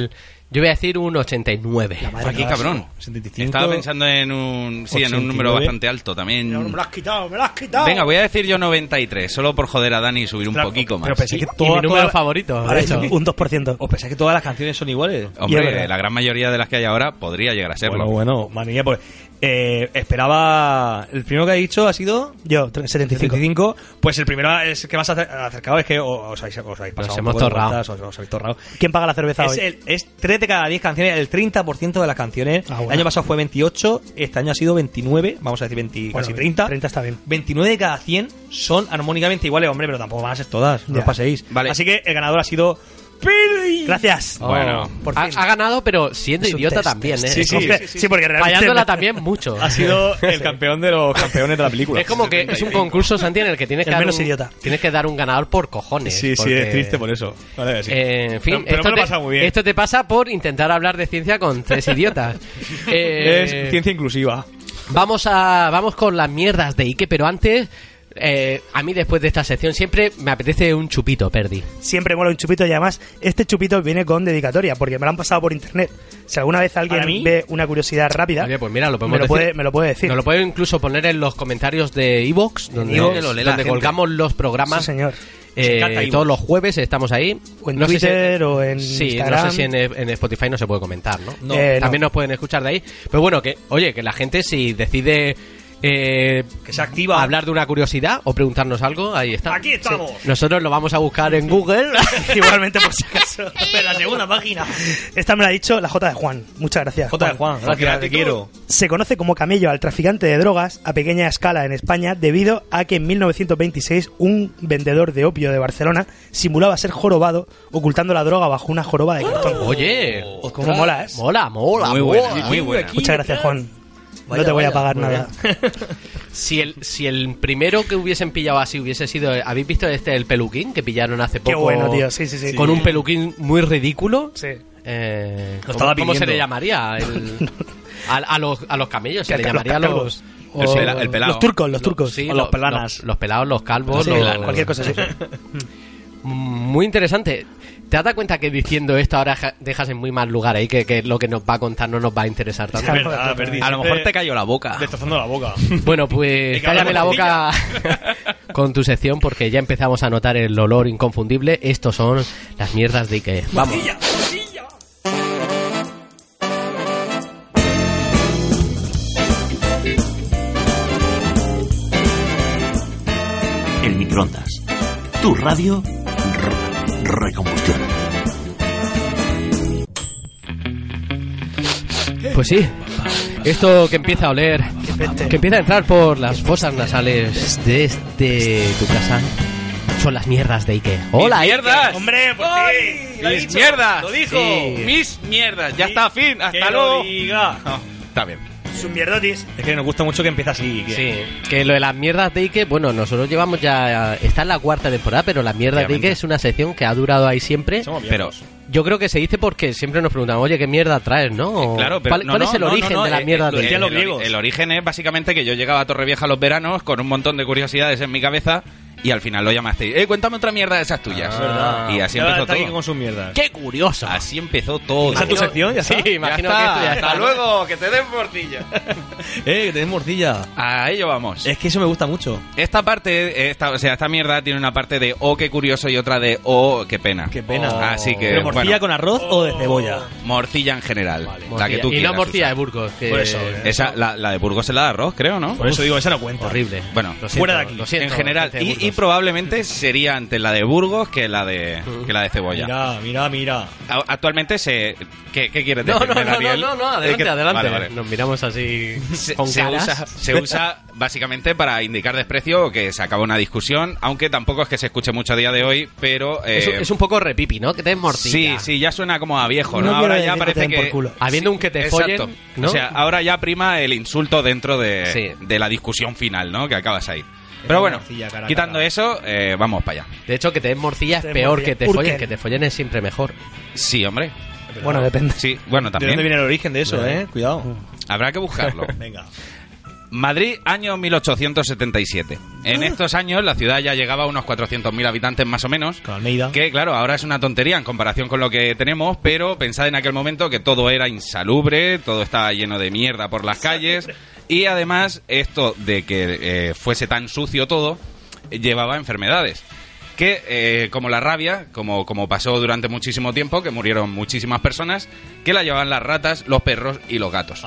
Speaker 2: yo voy a decir un 89.
Speaker 4: Joder, qué cabrón.
Speaker 5: 75.
Speaker 4: Estaba pensando en un, sí, en un número
Speaker 5: 89.
Speaker 4: bastante alto también.
Speaker 3: has quitado, me lo has quitado.
Speaker 4: Venga, voy a decir yo 93, solo por joder a Dani y subir un
Speaker 5: Claro,
Speaker 4: poquito más.
Speaker 5: Pero pensé pues,
Speaker 2: Y
Speaker 5: que
Speaker 2: mi
Speaker 5: todas-
Speaker 2: número
Speaker 5: todas-
Speaker 2: favorito. de
Speaker 3: Ahora es
Speaker 2: hecho.
Speaker 3: un 2%.
Speaker 5: ¿Os pensáis que todas las canciones son iguales?
Speaker 3: Y es
Speaker 4: Hombre,
Speaker 3: verdad.
Speaker 4: la gran mayoría de las que hay ahora podría llegar a serlo.
Speaker 5: Bueno, bueno, madre mía, pues eh, esperaba... El primero que ha dicho ha sido...
Speaker 3: Yo, tre- 75.
Speaker 5: 75, pues el primero es que más acer- acercado es que o- os habéis, os habéis
Speaker 2: Nos
Speaker 5: pasado. un
Speaker 2: hemos
Speaker 5: poco de
Speaker 2: torrado.
Speaker 5: vueltas, Os, os habéis torrado.
Speaker 3: ¿Quién paga la cerveza
Speaker 5: Es,
Speaker 3: hoy?
Speaker 5: el, es 3 de cada 10 canciones, el 30% de las canciones.
Speaker 3: Ah, bueno.
Speaker 5: El año pasado fue 28, este año ha sido 29, vamos a decir 20,
Speaker 3: Bueno,
Speaker 5: casi 30.
Speaker 3: 30 está bien.
Speaker 5: 29 de cada 100 son armónicamente iguales, hombre, pero tampoco van a ser todas. No
Speaker 3: Ya.
Speaker 5: os paséis.
Speaker 4: Vale.
Speaker 5: Así que el ganador ha sido. Pirri.
Speaker 3: Gracias.
Speaker 4: Bueno,
Speaker 3: por
Speaker 2: ha,
Speaker 3: fin.
Speaker 2: ha ganado, pero siendo
Speaker 3: Es un
Speaker 2: idiota
Speaker 3: test,
Speaker 2: también,
Speaker 3: test.
Speaker 2: ¿eh?
Speaker 3: Sí,
Speaker 2: Oh, Es
Speaker 3: sí,
Speaker 2: como-
Speaker 3: sí, sí, sí, porque realmente.
Speaker 2: Fallándola también mucho.
Speaker 5: Ha sido el campeón de los campeones de la película.
Speaker 2: Es como que es un concurso, Santi, en el que tienes que,
Speaker 3: El
Speaker 2: dar
Speaker 3: menos
Speaker 2: un,
Speaker 3: idiota.
Speaker 2: tienes que dar un ganador por cojones.
Speaker 5: Sí, sí,
Speaker 2: porque-
Speaker 5: es triste por eso. Vale, sí.
Speaker 2: Eh, en fin,
Speaker 5: Pero- pero
Speaker 2: esto,
Speaker 5: me lo he
Speaker 2: te,
Speaker 5: pasado muy bien.
Speaker 2: esto te pasa por intentar hablar de ciencia con tres idiotas. Eh,
Speaker 5: es ciencia inclusiva.
Speaker 2: Vamos a vamos con las mierdas de Ike, pero antes eh, a mí después de esta sección siempre me apetece un chupito, Perdi.
Speaker 3: Siempre mola un chupito y además este chupito viene con dedicatoria porque me lo han pasado por internet. Si alguna vez alguien
Speaker 5: ¿Para mí?
Speaker 3: ve una curiosidad rápida,
Speaker 2: Oye, pues mira, lo podemos
Speaker 3: me, lo
Speaker 2: decir.
Speaker 3: puede, me lo puede decir.
Speaker 2: Nos lo puedo incluso poner en los comentarios de Evox, donde,
Speaker 4: iVoox, que lo lee la
Speaker 2: donde
Speaker 4: gente.
Speaker 2: colgamos los programas.
Speaker 3: Sí, señor.
Speaker 2: Eh,
Speaker 5: Se encanta iVoox.
Speaker 2: todos los jueves estamos ahí.
Speaker 3: O en Twitter, o en
Speaker 2: sí, no
Speaker 3: Instagram.
Speaker 2: sé si en, en Spotify no se puede comentar, ¿no?
Speaker 3: No. Eh, no.
Speaker 2: También nos pueden escuchar de ahí. Pero bueno, que oye, que la gente si decide eh,
Speaker 5: Que se activa.
Speaker 2: hablar de una curiosidad o preguntarnos algo, ahí está.
Speaker 5: Aquí estamos.
Speaker 2: Sí. Nosotros lo vamos a buscar en Google.
Speaker 3: Igualmente, por si acaso.
Speaker 5: En la segunda página.
Speaker 3: Esta me la ha dicho la J de Juan. Muchas gracias.
Speaker 5: J de Juan, gracias, te
Speaker 4: gratitud.
Speaker 5: quiero.
Speaker 3: Se conoce como camello al traficante de drogas a pequeña escala en España debido a que en 1926 un vendedor de opio de Barcelona simulaba ser jorobado ocultando la droga bajo una joroba de cartón.
Speaker 2: Oye,
Speaker 3: Cómo mola, ¿eh?
Speaker 2: mola, mola,
Speaker 4: muy
Speaker 2: mola.
Speaker 4: buena, muy buena.
Speaker 3: Muchas gracias, Juan. no te voy a pagar nada.
Speaker 2: Si el, si el primero que hubiesen pillado así hubiese sido. ¿Habéis visto este, el peluquín que pillaron hace poco?
Speaker 3: Qué bueno, tío. Sí, sí, sí.
Speaker 2: Con un peluquín muy ridículo.
Speaker 3: Sí.
Speaker 2: Eh, ¿cómo,
Speaker 5: estaba
Speaker 2: cómo se
Speaker 5: pidiendo.
Speaker 2: le llamaría? El- a, a los, a los camellos, se
Speaker 3: Que
Speaker 2: le
Speaker 3: a los
Speaker 2: llamaría a los.
Speaker 3: calvos.
Speaker 2: o-
Speaker 4: El pela- el pelao.
Speaker 3: Los turcos, los turcos.
Speaker 2: sí,
Speaker 5: O los pelanas.
Speaker 2: Los, los pelados, los calvos,
Speaker 3: Sí,
Speaker 2: los-
Speaker 3: cualquier cosa así.
Speaker 2: Muy interesante. ¿Te has dado cuenta que diciendo esto ahora ja- dejas en muy mal lugar ahí? Que, que lo que nos va a contar no nos va a interesar tanto.
Speaker 3: Claro.
Speaker 5: Verdad, perdí.
Speaker 4: a lo mejor te cayó la boca.
Speaker 5: Destrozando la boca.
Speaker 2: Bueno,
Speaker 5: Y
Speaker 2: pues
Speaker 5: que
Speaker 2: cállame
Speaker 5: hablamos
Speaker 2: la
Speaker 5: de
Speaker 2: boca con tu sección porque ya empezamos a notar el olor inconfundible. Estos son las mierdas de Ikea. Vamos.
Speaker 1: El microondas. Tu radio re- recombustión.
Speaker 2: Pues sí, esto que empieza a oler, que empieza a entrar por las fosas nasales desde tu casa, son las mierdas de Ikea. ¡Hola,
Speaker 4: ¡Mis
Speaker 2: Ikea!
Speaker 4: mierdas!
Speaker 5: ¡Hombre, pues sí!
Speaker 4: ¡Mis mierdas!
Speaker 5: ¡Lo dijo!
Speaker 2: Sí.
Speaker 4: ¡Mis mierdas! ¡Ya está, fin! ¡Hasta luego! No, está bien.
Speaker 3: Sus mierdotis.
Speaker 5: Es que nos gusta mucho que empiece así. que-
Speaker 2: Sí, que lo de las mierdas de Ike, bueno, nosotros llevamos ya. Está en la cuarta temporada, pero las mierdas de Ike
Speaker 4: Obviamente.
Speaker 2: es una sección que ha durado ahí siempre.
Speaker 5: Somos
Speaker 4: Pero,
Speaker 5: viejos.
Speaker 2: Yo creo que se dice porque siempre nos preguntan, oye, ¿qué mierda traes, no?
Speaker 4: Eh, claro, pero
Speaker 2: ¿Cuál,
Speaker 4: no,
Speaker 2: cuál
Speaker 4: no,
Speaker 2: es el
Speaker 4: no, no,
Speaker 2: origen
Speaker 4: no,
Speaker 2: de la
Speaker 4: eh,
Speaker 2: mierda
Speaker 4: eh,
Speaker 2: de Ike?
Speaker 4: el,
Speaker 5: Decían los
Speaker 4: ori-
Speaker 5: griegos.
Speaker 4: el origen es básicamente que yo llegaba a Torrevieja los veranos con un montón de curiosidades en mi cabeza y al final lo llamaste. Eh, cuéntame otra mierda de esas tuyas. y así empezó
Speaker 5: Ahora está aquí
Speaker 4: todo.
Speaker 5: con sus mierdas.
Speaker 2: ¡Qué curioso!
Speaker 4: Así empezó todo.
Speaker 5: ¿Esa es tu sección? ¿Ya
Speaker 2: Sí,
Speaker 5: está?
Speaker 2: imagino
Speaker 4: Ya
Speaker 2: que
Speaker 4: está,
Speaker 2: esto ya está.
Speaker 4: hasta luego, que te den portilla.
Speaker 5: Eh, que tenés morcilla.
Speaker 4: A ello vamos.
Speaker 1: Eh,
Speaker 5: Es que eso me gusta mucho.
Speaker 4: Esta parte, esta, o sea, esta mierda tiene una parte de oh, qué curioso y otra de oh, qué pena.
Speaker 5: Qué pena.
Speaker 4: Así Ah, que,
Speaker 5: ¿Pero morcilla
Speaker 4: bueno,
Speaker 5: con arroz o de cebolla?
Speaker 4: morcilla en general. La que
Speaker 2: Morcilla.
Speaker 4: tú
Speaker 2: y
Speaker 4: quieras,
Speaker 2: no morcilla
Speaker 4: Susana.
Speaker 2: de Burgos. Que
Speaker 5: Por eso, ¿eh?
Speaker 4: Esa, la, la de Burgos es la de arroz, creo, ¿no?
Speaker 5: Por eso digo, esa no cuenta.
Speaker 2: Horrible.
Speaker 4: Bueno,
Speaker 2: Lo siento,
Speaker 5: fuera de aquí.
Speaker 2: lo siento,
Speaker 4: en general.
Speaker 2: gente de
Speaker 4: Y, y
Speaker 2: Burgos.
Speaker 4: probablemente sería antes la de Burgos que la de,
Speaker 2: Mm.
Speaker 4: que la de cebolla.
Speaker 5: Mira, mira, mira.
Speaker 4: A- Actualmente se... ¿Qué, qué quieres
Speaker 2: No,
Speaker 4: decir,
Speaker 2: no, no, no,
Speaker 4: Daniel?
Speaker 2: no, no,
Speaker 4: Es
Speaker 2: adelante,
Speaker 4: que-
Speaker 2: adelante.
Speaker 4: Vale, vale.
Speaker 2: Nos miramos así
Speaker 4: Se,
Speaker 2: con
Speaker 4: se
Speaker 2: caras.
Speaker 4: usa, se usa básicamente para indicar desprecio o que se acaba una discusión, aunque tampoco es que se escuche mucho a día de hoy, pero...
Speaker 2: Es, un-
Speaker 4: eh,
Speaker 2: es un poco repipi, ¿no? Que te es
Speaker 4: Sí,
Speaker 2: morcilla.
Speaker 4: sí, ya suena como a viejo, ¿no?
Speaker 3: No quiero
Speaker 4: ahora ya
Speaker 3: decir que te
Speaker 4: parece
Speaker 3: den por
Speaker 4: que...
Speaker 3: culo.
Speaker 2: Habiendo un que te
Speaker 4: Exacto.
Speaker 2: follen, ¿no?
Speaker 4: O sea, ah, ahora ya prima el insulto dentro de,
Speaker 2: Sí.
Speaker 4: de la discusión final, ¿no? Que acabas ahí.
Speaker 5: una
Speaker 4: Pero bueno,
Speaker 5: morcilla cara a
Speaker 4: quitando
Speaker 5: cara.
Speaker 4: eso, eh, vamos para allá.
Speaker 2: De hecho, que te den morcilla es
Speaker 3: Te den
Speaker 2: peor
Speaker 3: morcilla.
Speaker 2: que te
Speaker 3: Urkel.
Speaker 2: follen. Que te follen es siempre mejor.
Speaker 4: Sí, hombre.
Speaker 3: Bueno, depende.
Speaker 4: Sí, bueno,
Speaker 5: ¿De dónde
Speaker 4: también.
Speaker 5: viene el origen de eso, eh? Cuidado.
Speaker 4: Habrá que buscarlo.
Speaker 5: Venga.
Speaker 4: Madrid, año 1877.
Speaker 3: Ah.
Speaker 4: En estos años la ciudad ya llegaba a unos 400.000 habitantes más o menos.
Speaker 5: Con Almeida.
Speaker 4: Que claro, ahora es una tontería en comparación con lo que tenemos, pero pensad en aquel momento que todo era insalubre, todo estaba lleno de mierda por las calles y además esto de que eh, fuese tan sucio todo eh, llevaba a enfermedades. Que eh, como la rabia, como, como pasó durante muchísimo tiempo, que murieron muchísimas personas, que la llevaban las ratas, los perros y los gatos.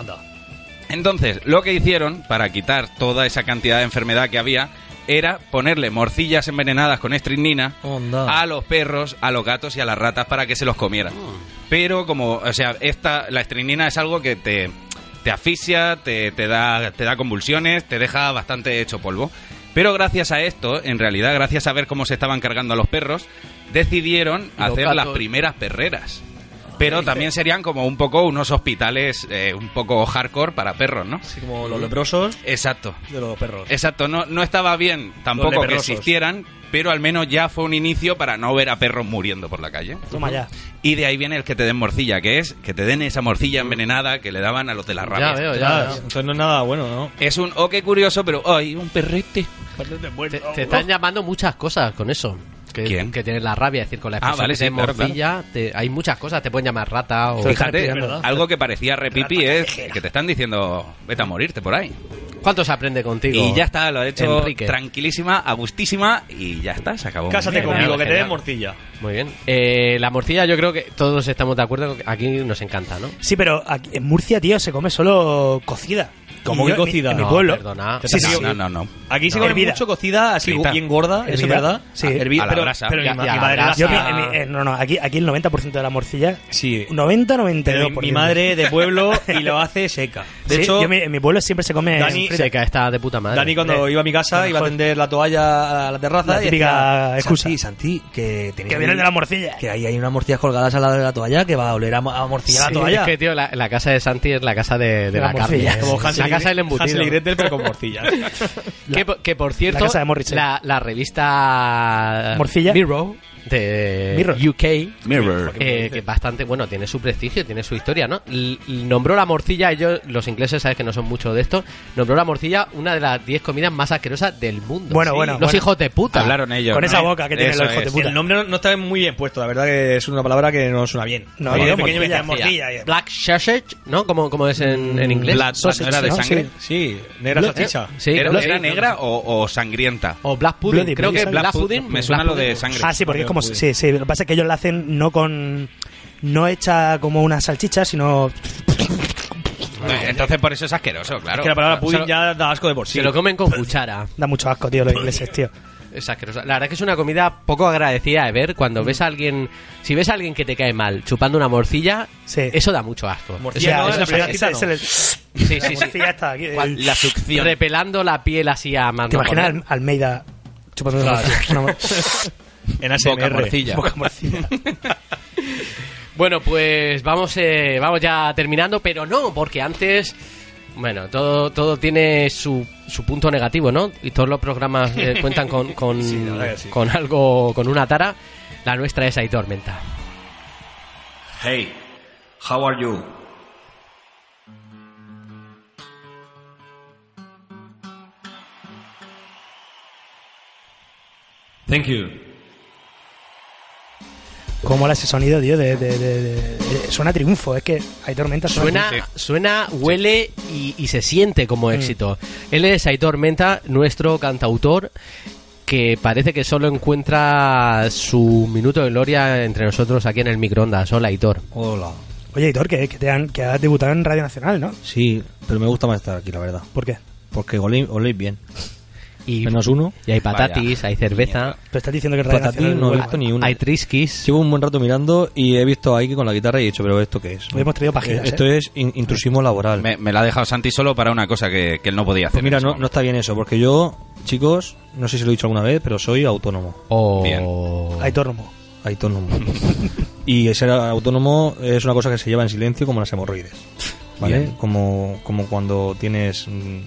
Speaker 4: Entonces, lo que hicieron para quitar toda esa cantidad de enfermedad que había era ponerle morcillas envenenadas con estricnina
Speaker 2: Ah.
Speaker 5: Onda.
Speaker 4: a los perros, a los gatos y a las ratas para que se los comieran. Pero como, o sea, esta, la estricnina es algo que te, te asfixia, te, te da, te da convulsiones, te deja bastante hecho polvo. Pero gracias a esto, en realidad, gracias a ver cómo se estaban cargando a los perros, decidieron
Speaker 2: los
Speaker 4: hacer las
Speaker 2: gatos.
Speaker 4: primeras perreras. Pero también serían como un poco unos hospitales eh, un poco hardcore para perros, ¿no?
Speaker 5: Así como los leprosos
Speaker 4: Exacto.
Speaker 5: de los perros.
Speaker 4: Exacto, no, no estaba bien
Speaker 5: Los
Speaker 4: tampoco que
Speaker 5: leprosos.
Speaker 4: existieran, pero al menos ya fue un inicio para no ver a perros muriendo por la calle.
Speaker 3: Toma ya.
Speaker 4: Y de ahí viene el que te den morcilla, que es que te den esa morcilla envenenada que le daban a los de la rabia.
Speaker 2: Mm. ya veo, ya
Speaker 5: Ah,
Speaker 2: veo.
Speaker 5: entonces no es nada bueno, ¿no?
Speaker 4: Es un, oh, qué curioso, pero, ay, un perrete.
Speaker 2: Te, te están llamando muchas cosas con eso. Que,
Speaker 4: ¿Quién?
Speaker 2: que tienes la rabia, es decir, con la
Speaker 4: Ah,
Speaker 2: expresión
Speaker 4: vale,
Speaker 2: que te
Speaker 4: sí, claro,
Speaker 2: morcilla, te- hay muchas cosas, te pueden llamar rata o...
Speaker 4: Fíjate,
Speaker 3: es verdad.
Speaker 4: algo que parecía repipi es que te están diciendo, vete a morirte por ahí.
Speaker 2: ¿Cuánto se aprende contigo?
Speaker 4: Y ya está, lo ha hecho
Speaker 2: Enrique.
Speaker 4: tranquilísima, a gustísima, y ya está, se acabó.
Speaker 5: Cásate
Speaker 2: Genial,
Speaker 5: conmigo, que te
Speaker 2: genial.
Speaker 5: den morcilla.
Speaker 2: Muy bien. Eh, la morcilla yo creo que todos estamos de acuerdo, que aquí nos encanta, ¿no?
Speaker 3: Sí, pero aquí- en Murcia, tío, se come solo cocida. Y
Speaker 5: ¿Cómo que
Speaker 3: yo- en mi-
Speaker 5: cocida?
Speaker 3: En mi
Speaker 2: No,
Speaker 3: pueblo.
Speaker 2: perdona.
Speaker 3: Sí, sí,
Speaker 4: No,
Speaker 3: sí.
Speaker 4: no, no, no.
Speaker 5: Aquí se
Speaker 3: No.
Speaker 5: come
Speaker 3: Hervida.
Speaker 5: mucho cocida, así
Speaker 4: Frita.
Speaker 5: bien gorda, eso es
Speaker 3: Hervida.
Speaker 5: verdad. Ah,
Speaker 3: Sí.
Speaker 5: Hervida,
Speaker 4: A la
Speaker 5: pero,
Speaker 4: brasa.
Speaker 5: pero mi,
Speaker 2: Ya-
Speaker 5: ma-
Speaker 2: ya,
Speaker 5: mi madre
Speaker 2: a la
Speaker 5: las-
Speaker 3: Yo,
Speaker 2: brasa.
Speaker 3: mi- mi- eh, no, no, aquí, aquí el 90% de la morcilla.
Speaker 5: Sí.
Speaker 3: 90-92%.
Speaker 5: Pero mi madre de pueblo y lo hace seca. De
Speaker 3: Sí,
Speaker 5: hecho,
Speaker 3: yo mi- en mi pueblo siempre se come.
Speaker 5: Dani-
Speaker 3: frita.
Speaker 2: Seca, está de puta madre.
Speaker 5: Dani cuando
Speaker 3: Eh,
Speaker 5: iba a mi casa
Speaker 3: lo
Speaker 5: iba a
Speaker 3: mejor.
Speaker 5: tender la toalla a la terraza
Speaker 3: La
Speaker 5: y
Speaker 3: típica
Speaker 5: decía,
Speaker 3: excusa.
Speaker 5: Santi, Santi, que tenéis
Speaker 3: Que viene
Speaker 5: ahí-
Speaker 3: de la morcilla.
Speaker 5: Que ahí hay unas morcillas colgadas a la de la toalla que va a oler a, mo- a morcilla
Speaker 3: Sí,
Speaker 5: la
Speaker 2: Es
Speaker 5: toalla.
Speaker 2: que, tío, la, la casa de Santi es la casa de, de
Speaker 3: De la
Speaker 2: la carne.
Speaker 3: morcilla.
Speaker 2: ¿eh?
Speaker 3: Como
Speaker 2: la casa del embutido.
Speaker 5: Hansel y Gretel, pero con morcillas.
Speaker 2: que, por- que, por cierto,
Speaker 3: la casa de Morrissey.
Speaker 2: la, la revista
Speaker 3: Morcilla.
Speaker 2: Mirror de
Speaker 3: Mirror.
Speaker 2: UK, eh,
Speaker 4: Mirror.
Speaker 2: que bastante, bueno, tiene su prestigio, tiene su historia, ¿no? L- nombró la morcilla, ellos, los ingleses, sabes que no son mucho de esto, nombró la morcilla una de las 10 comidas más asquerosas del mundo.
Speaker 3: Bueno, bueno,
Speaker 2: Los
Speaker 3: bueno.
Speaker 2: hijos de puta.
Speaker 4: Hablaron ellos.
Speaker 3: Con
Speaker 4: ¿no?
Speaker 3: esa boca que tienen
Speaker 4: Eso
Speaker 3: los hijos de
Speaker 4: es.
Speaker 3: puta.
Speaker 5: El nombre no, no está muy bien puesto, la verdad que es una palabra que no suena bien.
Speaker 3: No,
Speaker 5: A mí
Speaker 3: no,
Speaker 5: de
Speaker 3: morcilla,
Speaker 5: pequeño me decían
Speaker 3: morcilla.
Speaker 5: morcilla. y-
Speaker 2: Black sausage, ¿no? ¿Cómo, cómo es en, en inglés?
Speaker 4: Blood,
Speaker 3: Sausage,
Speaker 4: ¿no era de
Speaker 3: ¿no?
Speaker 4: sangre?
Speaker 3: Sí.
Speaker 5: Sí, negra
Speaker 2: Bla-
Speaker 5: salchicha.
Speaker 2: eh, sí,
Speaker 4: ¿Era,
Speaker 2: creo que
Speaker 4: era
Speaker 2: sí.
Speaker 4: negra o, o sangrienta?
Speaker 2: O Black Pudding.
Speaker 3: Bloody
Speaker 2: creo
Speaker 3: Mary,
Speaker 2: que
Speaker 3: ¿sabes?
Speaker 2: Black, Pudding.
Speaker 4: Me suena
Speaker 2: Black
Speaker 4: lo de
Speaker 2: Pudding.
Speaker 4: sangre.
Speaker 3: Ah, sí, porque es como.
Speaker 5: Pudding.
Speaker 3: Sí, sí. Lo que pasa es que ellos la hacen no con. No hecha como una salchicha, sino.
Speaker 4: Bueno, Entonces por eso es asqueroso, claro.
Speaker 5: Es que la palabra pudding
Speaker 4: Se lo-
Speaker 5: ya da asco de por sí.
Speaker 2: Se lo comen con cuchara.
Speaker 3: Da mucho asco, tío, los ingleses, tío.
Speaker 2: Es asquerosa. La verdad que es una comida poco agradecida de ver cuando ves a alguien, si ves a alguien que te cae mal chupando una morcilla,
Speaker 3: Sí.
Speaker 2: eso da mucho asco.
Speaker 5: Morcilla
Speaker 2: Eso-
Speaker 5: no,
Speaker 2: eso
Speaker 5: la
Speaker 2: es
Speaker 5: primera
Speaker 2: asqueroso.
Speaker 5: cita no.
Speaker 3: Se le-
Speaker 2: Sí, sí,
Speaker 3: la
Speaker 2: sí.
Speaker 3: morcilla está aquí.
Speaker 2: Cual-
Speaker 3: el-
Speaker 4: La succión.
Speaker 2: Repelando la piel así a mano.
Speaker 3: ¿Te imaginas al- Almeida chupando una morcilla? Una
Speaker 5: En
Speaker 4: Boca
Speaker 5: ASMR.
Speaker 4: morcilla.
Speaker 3: boca morcilla.
Speaker 2: Bueno, pues vamos, eh, vamos ya terminando, pero no, porque antes. Bueno, todo, todo tiene su, su punto negativo, ¿no? Y todos los programas eh, cuentan con, con,
Speaker 5: Sí, la verdad que sí.
Speaker 2: con algo, con una tara. La nuestra es ahí tormenta.
Speaker 6: Hey, how are you?
Speaker 5: Thank you.
Speaker 3: ¿Cómo era ese sonido, tío? De, de- de- de- de- Suena a triunfo, es que hay tormenta,
Speaker 2: Suena,
Speaker 4: Sí.
Speaker 2: suena huele y, y se siente
Speaker 3: Mm.
Speaker 2: como éxito. Él es Aitor Menta, nuestro cantautor, que parece que solo encuentra su minuto de gloria entre nosotros aquí en el microondas. Hola, Aitor.
Speaker 7: Hola.
Speaker 3: Oye, Hitor, que, que te han, que has debutado en Radio Nacional, ¿no?
Speaker 7: Sí, pero me gusta más estar aquí, la verdad.
Speaker 3: ¿Por qué?
Speaker 7: Porque oléis, oléis bien.
Speaker 2: Y,
Speaker 7: Menos uno.
Speaker 2: y hay patatis, hay cerveza,
Speaker 3: Tú estás diciendo que en Radio
Speaker 7: Patatín
Speaker 3: Nacional...
Speaker 7: Pues no he
Speaker 3: huele
Speaker 7: visto
Speaker 3: mal.
Speaker 7: ni uno.
Speaker 2: hay triskis.
Speaker 7: Llevo un buen rato mirando y he visto a Ike con la guitarra y he dicho, pero ¿esto qué es?
Speaker 3: Hemos traído páginas,
Speaker 7: Esto es in- intrusismo laboral.
Speaker 4: pues, eh, Me, me la ha dejado Santi solo para una cosa que, que él no podía hacer.
Speaker 7: Pues mira,
Speaker 4: en ese
Speaker 7: no, no está bien eso, porque yo, chicos, no sé si lo he dicho alguna vez, pero soy autónomo.
Speaker 2: O...
Speaker 4: Bien.
Speaker 3: ¿eh? Aitornomo.
Speaker 7: Autónomo. y ser autónomo es una cosa que se lleva en silencio como las hemorroides. ¿Vale?
Speaker 2: Bien.
Speaker 7: Como, como cuando tienes mm,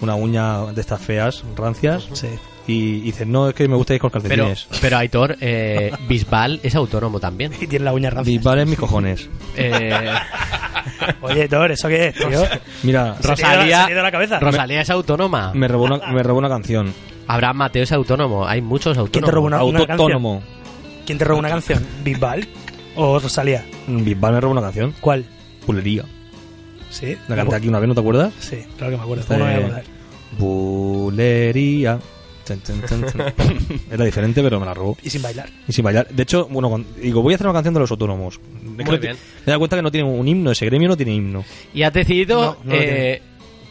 Speaker 7: una uña de estas feas, rancias,
Speaker 3: Sí.
Speaker 7: y, y dices, no, es que me gusta ir con
Speaker 2: Pero,
Speaker 7: calcetines.
Speaker 2: pero Aitor, eh, Bisbal es autónomo también.
Speaker 3: Y tiene la uña rancia.
Speaker 7: Bisbal es mis cojones.
Speaker 2: Eh,
Speaker 3: Oye, Hitor, ¿eso qué es, tío?
Speaker 7: Mira,
Speaker 3: Se te ha ido la- se te ha ido la cabeza.
Speaker 2: Rosalía es autónoma.
Speaker 7: me robó una, me robó una canción.
Speaker 2: Abraham Mateo es autónomo. Hay muchos autónomos.
Speaker 3: ¿Quién te robó una, una canción?
Speaker 7: Autónomo.
Speaker 3: ¿Quién te robó una canción? ¿Bisbal o Rosalía?
Speaker 7: Bisbal me robó una canción.
Speaker 3: ¿Cuál?
Speaker 7: Pulería.
Speaker 3: Sí.
Speaker 7: La canté aquí una vez, ¿no te acuerdas?
Speaker 3: Sí, claro que me acuerdo.
Speaker 7: Este-
Speaker 3: ¿Cómo no me voy a acordar?
Speaker 7: Bulería. Tun, tun, tun, tun. Era diferente, pero me la robó.
Speaker 3: Y sin bailar.
Speaker 7: Y sin bailar. De hecho, bueno, cuando- digo, voy a hacer una canción de los autónomos. Es que
Speaker 2: Muy
Speaker 7: no ti-
Speaker 2: bien.
Speaker 7: Me da cuenta que no tiene un himno, ese gremio no tiene himno.
Speaker 2: Y has decidido,
Speaker 7: No, no lo
Speaker 2: eh,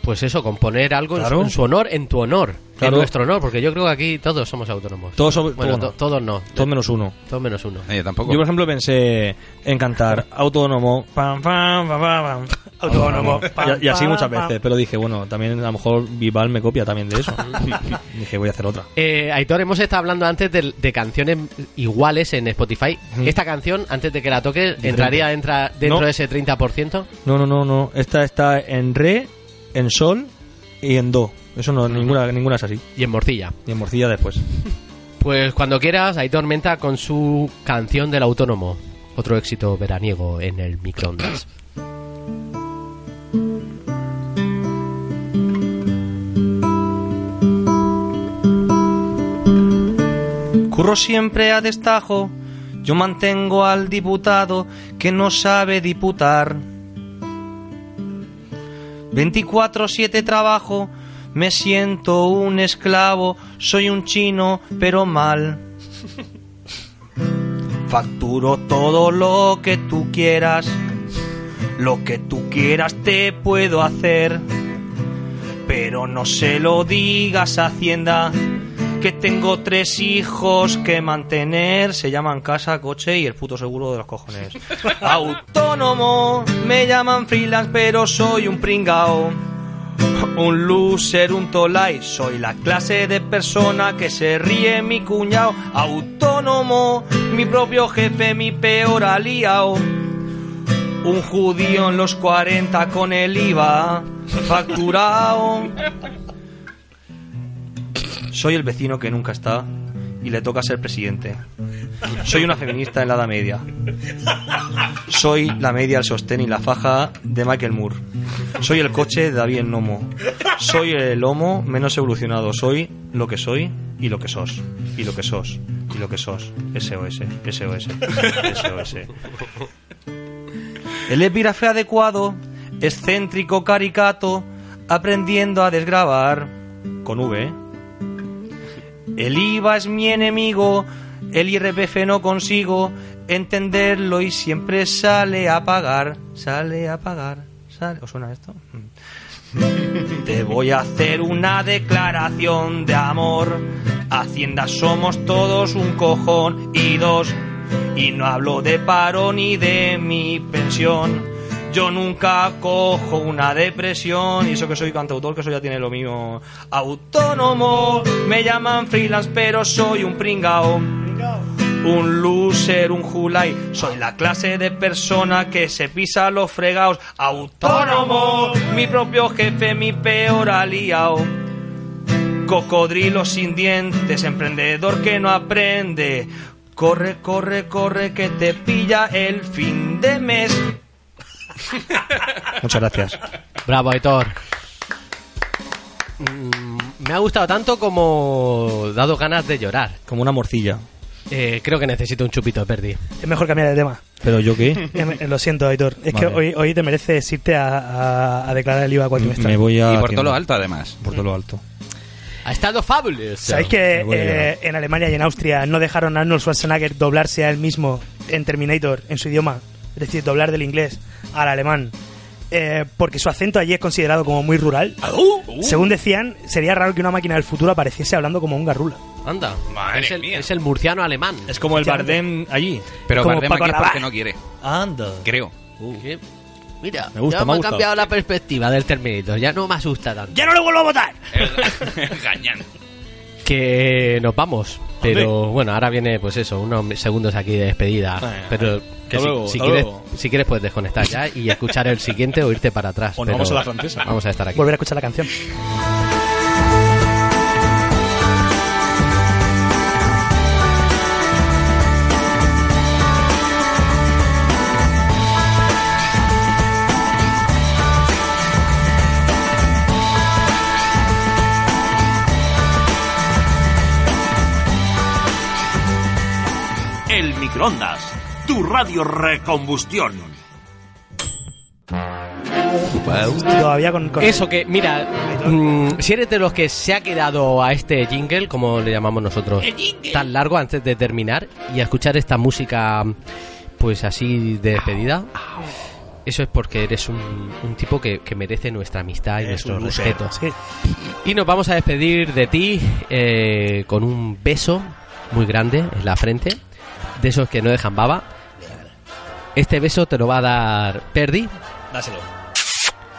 Speaker 2: pues eso, componer algo en su-
Speaker 7: Claro.
Speaker 2: en, su, honor, en tu honor,
Speaker 7: Claro.
Speaker 2: en nuestro honor, porque yo creo que aquí todos somos autónomos.
Speaker 7: Todos somos-
Speaker 2: bueno,
Speaker 7: bueno.
Speaker 2: to- todos no,
Speaker 7: Todo menos uno.
Speaker 2: todos menos uno.
Speaker 4: momento. Eh, tampoco.
Speaker 7: Yo, por ejemplo, pensé en cantar autónomo. Pam, pam, pam, pam, pam.
Speaker 3: Autónomo. pam,
Speaker 7: Y, y así
Speaker 3: pam,
Speaker 7: muchas
Speaker 3: pam.
Speaker 7: veces, pero dije, bueno, también a lo mejor Vival me copia también de eso. dije, voy a hacer otra.
Speaker 2: Eh, Aitor, hemos estado hablando antes de, de canciones iguales en Spotify. Esta canción, antes de que la toque, ¿entraría entra dentro
Speaker 7: No.
Speaker 2: de ese 30%?
Speaker 7: No, no, no, no. Esta está en re, en sol y en do. Eso no, ninguna, ninguna es así.
Speaker 2: Y en morcilla.
Speaker 7: Y en morcilla después.
Speaker 2: Pues cuando quieras, Aitor Menta con su canción del autónomo. Otro éxito veraniego en el microondas.
Speaker 7: Curro siempre a destajo, yo mantengo al diputado que no sabe diputar. 24-7 trabajo, me siento un esclavo, soy un chino pero mal. Facturo todo lo que tú quieras, lo que tú quieras te puedo hacer, pero no se lo digas a Hacienda que tengo tres hijos que mantener. Se llaman casa, coche y el puto seguro de los cojones. Autónomo, me llaman freelance, pero soy un pringao. Un loser, un tolai, soy la clase de persona que se ríe mi cuñado. Autónomo, mi propio jefe, mi peor aliado. Un judío en los 40 con el IVA facturado. Soy el vecino que nunca está y le toca ser presidente. Soy una feminista en la edad media. Soy la media, el sostén y la faja de Michael Moore. Soy el coche de David el Nomo. Soy el homo menos evolucionado. Soy lo que soy y lo que sos. Y lo que sos. Y lo que sos. SOS. SOS. SOS. El epígrafe adecuado, excéntrico, caricato, aprendiendo a desgravar. Con V, ¿eh? El IVA es mi enemigo, el IRPF no consigo entenderlo y siempre sale a pagar, sale a pagar, sale. ¿Os suena esto? Mm. Te voy a hacer una declaración de amor. Hacienda somos todos un cojón y dos. Y no hablo de paro ni de mi pensión. Yo nunca cojo una depresión. Y eso que soy cantautor, que eso ya tiene lo mío. Autónomo, me llaman freelance, pero soy un pringao. Un loser, un julai. Soy la clase de persona que se pisa los fregados. Autónomo, mi propio jefe, mi peor aliado. Cocodrilo sin dientes, emprendedor que no aprende. Corre, corre, corre, que te pilla el fin de mes. Muchas gracias.
Speaker 2: Bravo, Aitor. mm, me ha gustado tanto como dado ganas de llorar.
Speaker 5: Como una morcilla.
Speaker 2: Eh, creo que necesito un chupito, Perdi.
Speaker 3: Es mejor cambiar de tema.
Speaker 5: ¿Pero yo qué?
Speaker 3: Em- eh, Lo siento, Aitor. Es que
Speaker 5: Vale.
Speaker 3: hoy, hoy te mereces irte a, a- a declarar el IVA
Speaker 7: Mm,
Speaker 3: cuatrimestral.
Speaker 5: Me voy a...
Speaker 4: Y por todo
Speaker 5: tienda.
Speaker 4: lo alto, además.
Speaker 5: Por todo lo alto.
Speaker 2: Ha estado fabuloso.
Speaker 3: ¿Sabéis que
Speaker 5: me voy a
Speaker 3: eh, en Alemania y en Austria no dejaron a Arnold Schwarzenegger doblarse a él mismo en Terminator, en su idioma? Es decir, doblar del inglés al alemán. Eh, porque su acento allí es considerado como muy rural. Según decían, sería raro que una máquina del futuro apareciese hablando como un garrula.
Speaker 2: Anda.
Speaker 4: Madre
Speaker 2: es, el,
Speaker 4: mía.
Speaker 2: es el murciano alemán.
Speaker 5: Es como el Bardem allí.
Speaker 4: Pero
Speaker 3: Como
Speaker 4: Bardem
Speaker 3: Paco
Speaker 4: aquí es porque
Speaker 3: Rabanne.
Speaker 4: no quiere,
Speaker 5: Anda.
Speaker 4: creo.
Speaker 2: Que- Uh, Mira,
Speaker 5: Me gusta,
Speaker 2: ya
Speaker 5: me
Speaker 2: me ha
Speaker 5: gusta.
Speaker 2: cambiado la perspectiva del Terminator. Ya no me asusta tanto.
Speaker 3: ¡Ya no le vuelvo a votar!
Speaker 4: Gañán.
Speaker 2: Que nos vamos. Pero bueno, ahora viene pues eso, unos segundos aquí de despedida.
Speaker 5: Bueno,
Speaker 2: pero que si,
Speaker 5: hasta
Speaker 2: si
Speaker 5: luego, hasta
Speaker 2: quieres,
Speaker 5: luego.
Speaker 2: si quieres puedes desconectar ya y escuchar el siguiente o irte para atrás.
Speaker 5: O nos
Speaker 2: pero
Speaker 5: vamos a la francesa.
Speaker 2: Vamos a estar aquí.
Speaker 3: Volver a escuchar la canción.
Speaker 1: El microondas, tu radio recombustión.
Speaker 3: Todavía con... con-
Speaker 2: Eso que, mira, mm, si eres de los que se ha quedado a este jingle, como le llamamos nosotros, tan largo antes de terminar y a escuchar esta música, pues así de despedida, eso es porque eres un, un tipo que, que merece nuestra amistad y nuestro respeto.
Speaker 3: Sí.
Speaker 2: Y nos vamos a despedir de ti eh, con un beso muy grande en la frente, de esos que no dejan baba. Este beso te lo va a dar Perdi,
Speaker 5: Dáselo.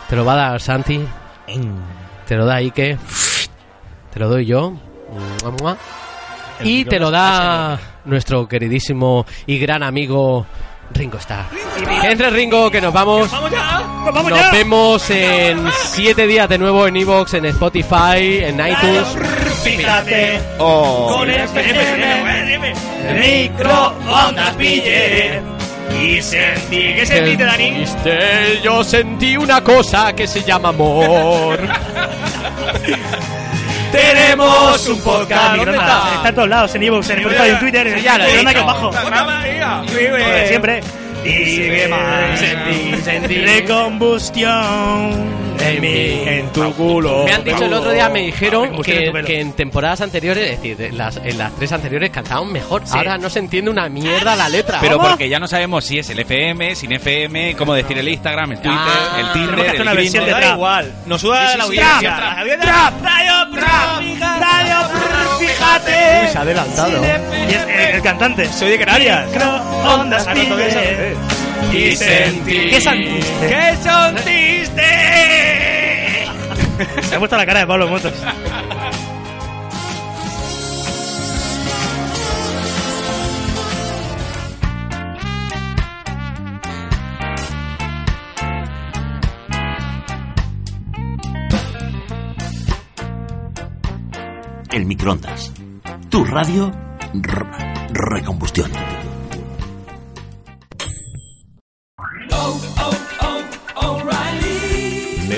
Speaker 2: te lo va a dar Santi, te lo da Ike. Te lo doy yo. Mua, mua. Y te lo da nuestro queridísimo y gran amigo Ringo Starr. Henry Ringo, que nos vamos. Nos vemos en siete días de nuevo en Evox, en Spotify, en iTunes.
Speaker 5: Fíjate.
Speaker 1: Oh.
Speaker 5: Con
Speaker 3: microondas pille
Speaker 5: Y sentí que
Speaker 2: Mister, Yo sentí una cosa que se llama amor.
Speaker 5: Tenemos un podcast. ¿Dónde
Speaker 3: Está, está en todos lados, en Evox, en Spotify, en Twitter, en
Speaker 2: Sí, ya lo he
Speaker 3: Microondas que
Speaker 2: dicho.
Speaker 3: abajo. Joder, Siempre.
Speaker 5: Y sigue más.
Speaker 3: Sentí, sentí combustión en mí, en tu culo.
Speaker 2: Me han dicho el otro día, me dijeron
Speaker 3: Combustión en
Speaker 2: que,
Speaker 3: tu pelo.
Speaker 2: que en temporadas anteriores, es decir, en las, en las tres anteriores cantaban mejor. Ahora no se entiende una mierda la letra.
Speaker 4: Pero porque ya no sabemos si es el FM, sin FM, cómo decir el Instagram, el Twitter,
Speaker 2: Ah,
Speaker 3: tenemos
Speaker 4: el
Speaker 3: que
Speaker 4: Tinder,
Speaker 3: hacer
Speaker 4: el
Speaker 3: una
Speaker 4: Grindr.
Speaker 3: versión de
Speaker 5: Da
Speaker 3: Trap.
Speaker 5: igual. Nos suda la
Speaker 4: sí, sí,
Speaker 5: audiencia.
Speaker 4: trap,
Speaker 5: La audiencia- Radio Trap.
Speaker 3: Fíjate.
Speaker 2: ha adelantado.
Speaker 3: Y es el, el cantante.
Speaker 5: Soy de Canarias.
Speaker 3: Microondas
Speaker 5: Ah, no, todavía
Speaker 3: pille.
Speaker 5: Y sentí
Speaker 3: ¿Qué santiste?
Speaker 5: que son tristes.
Speaker 3: Se ha puesto la cara de Pablo Motos.
Speaker 1: El microondas, tu radio re- recombustión.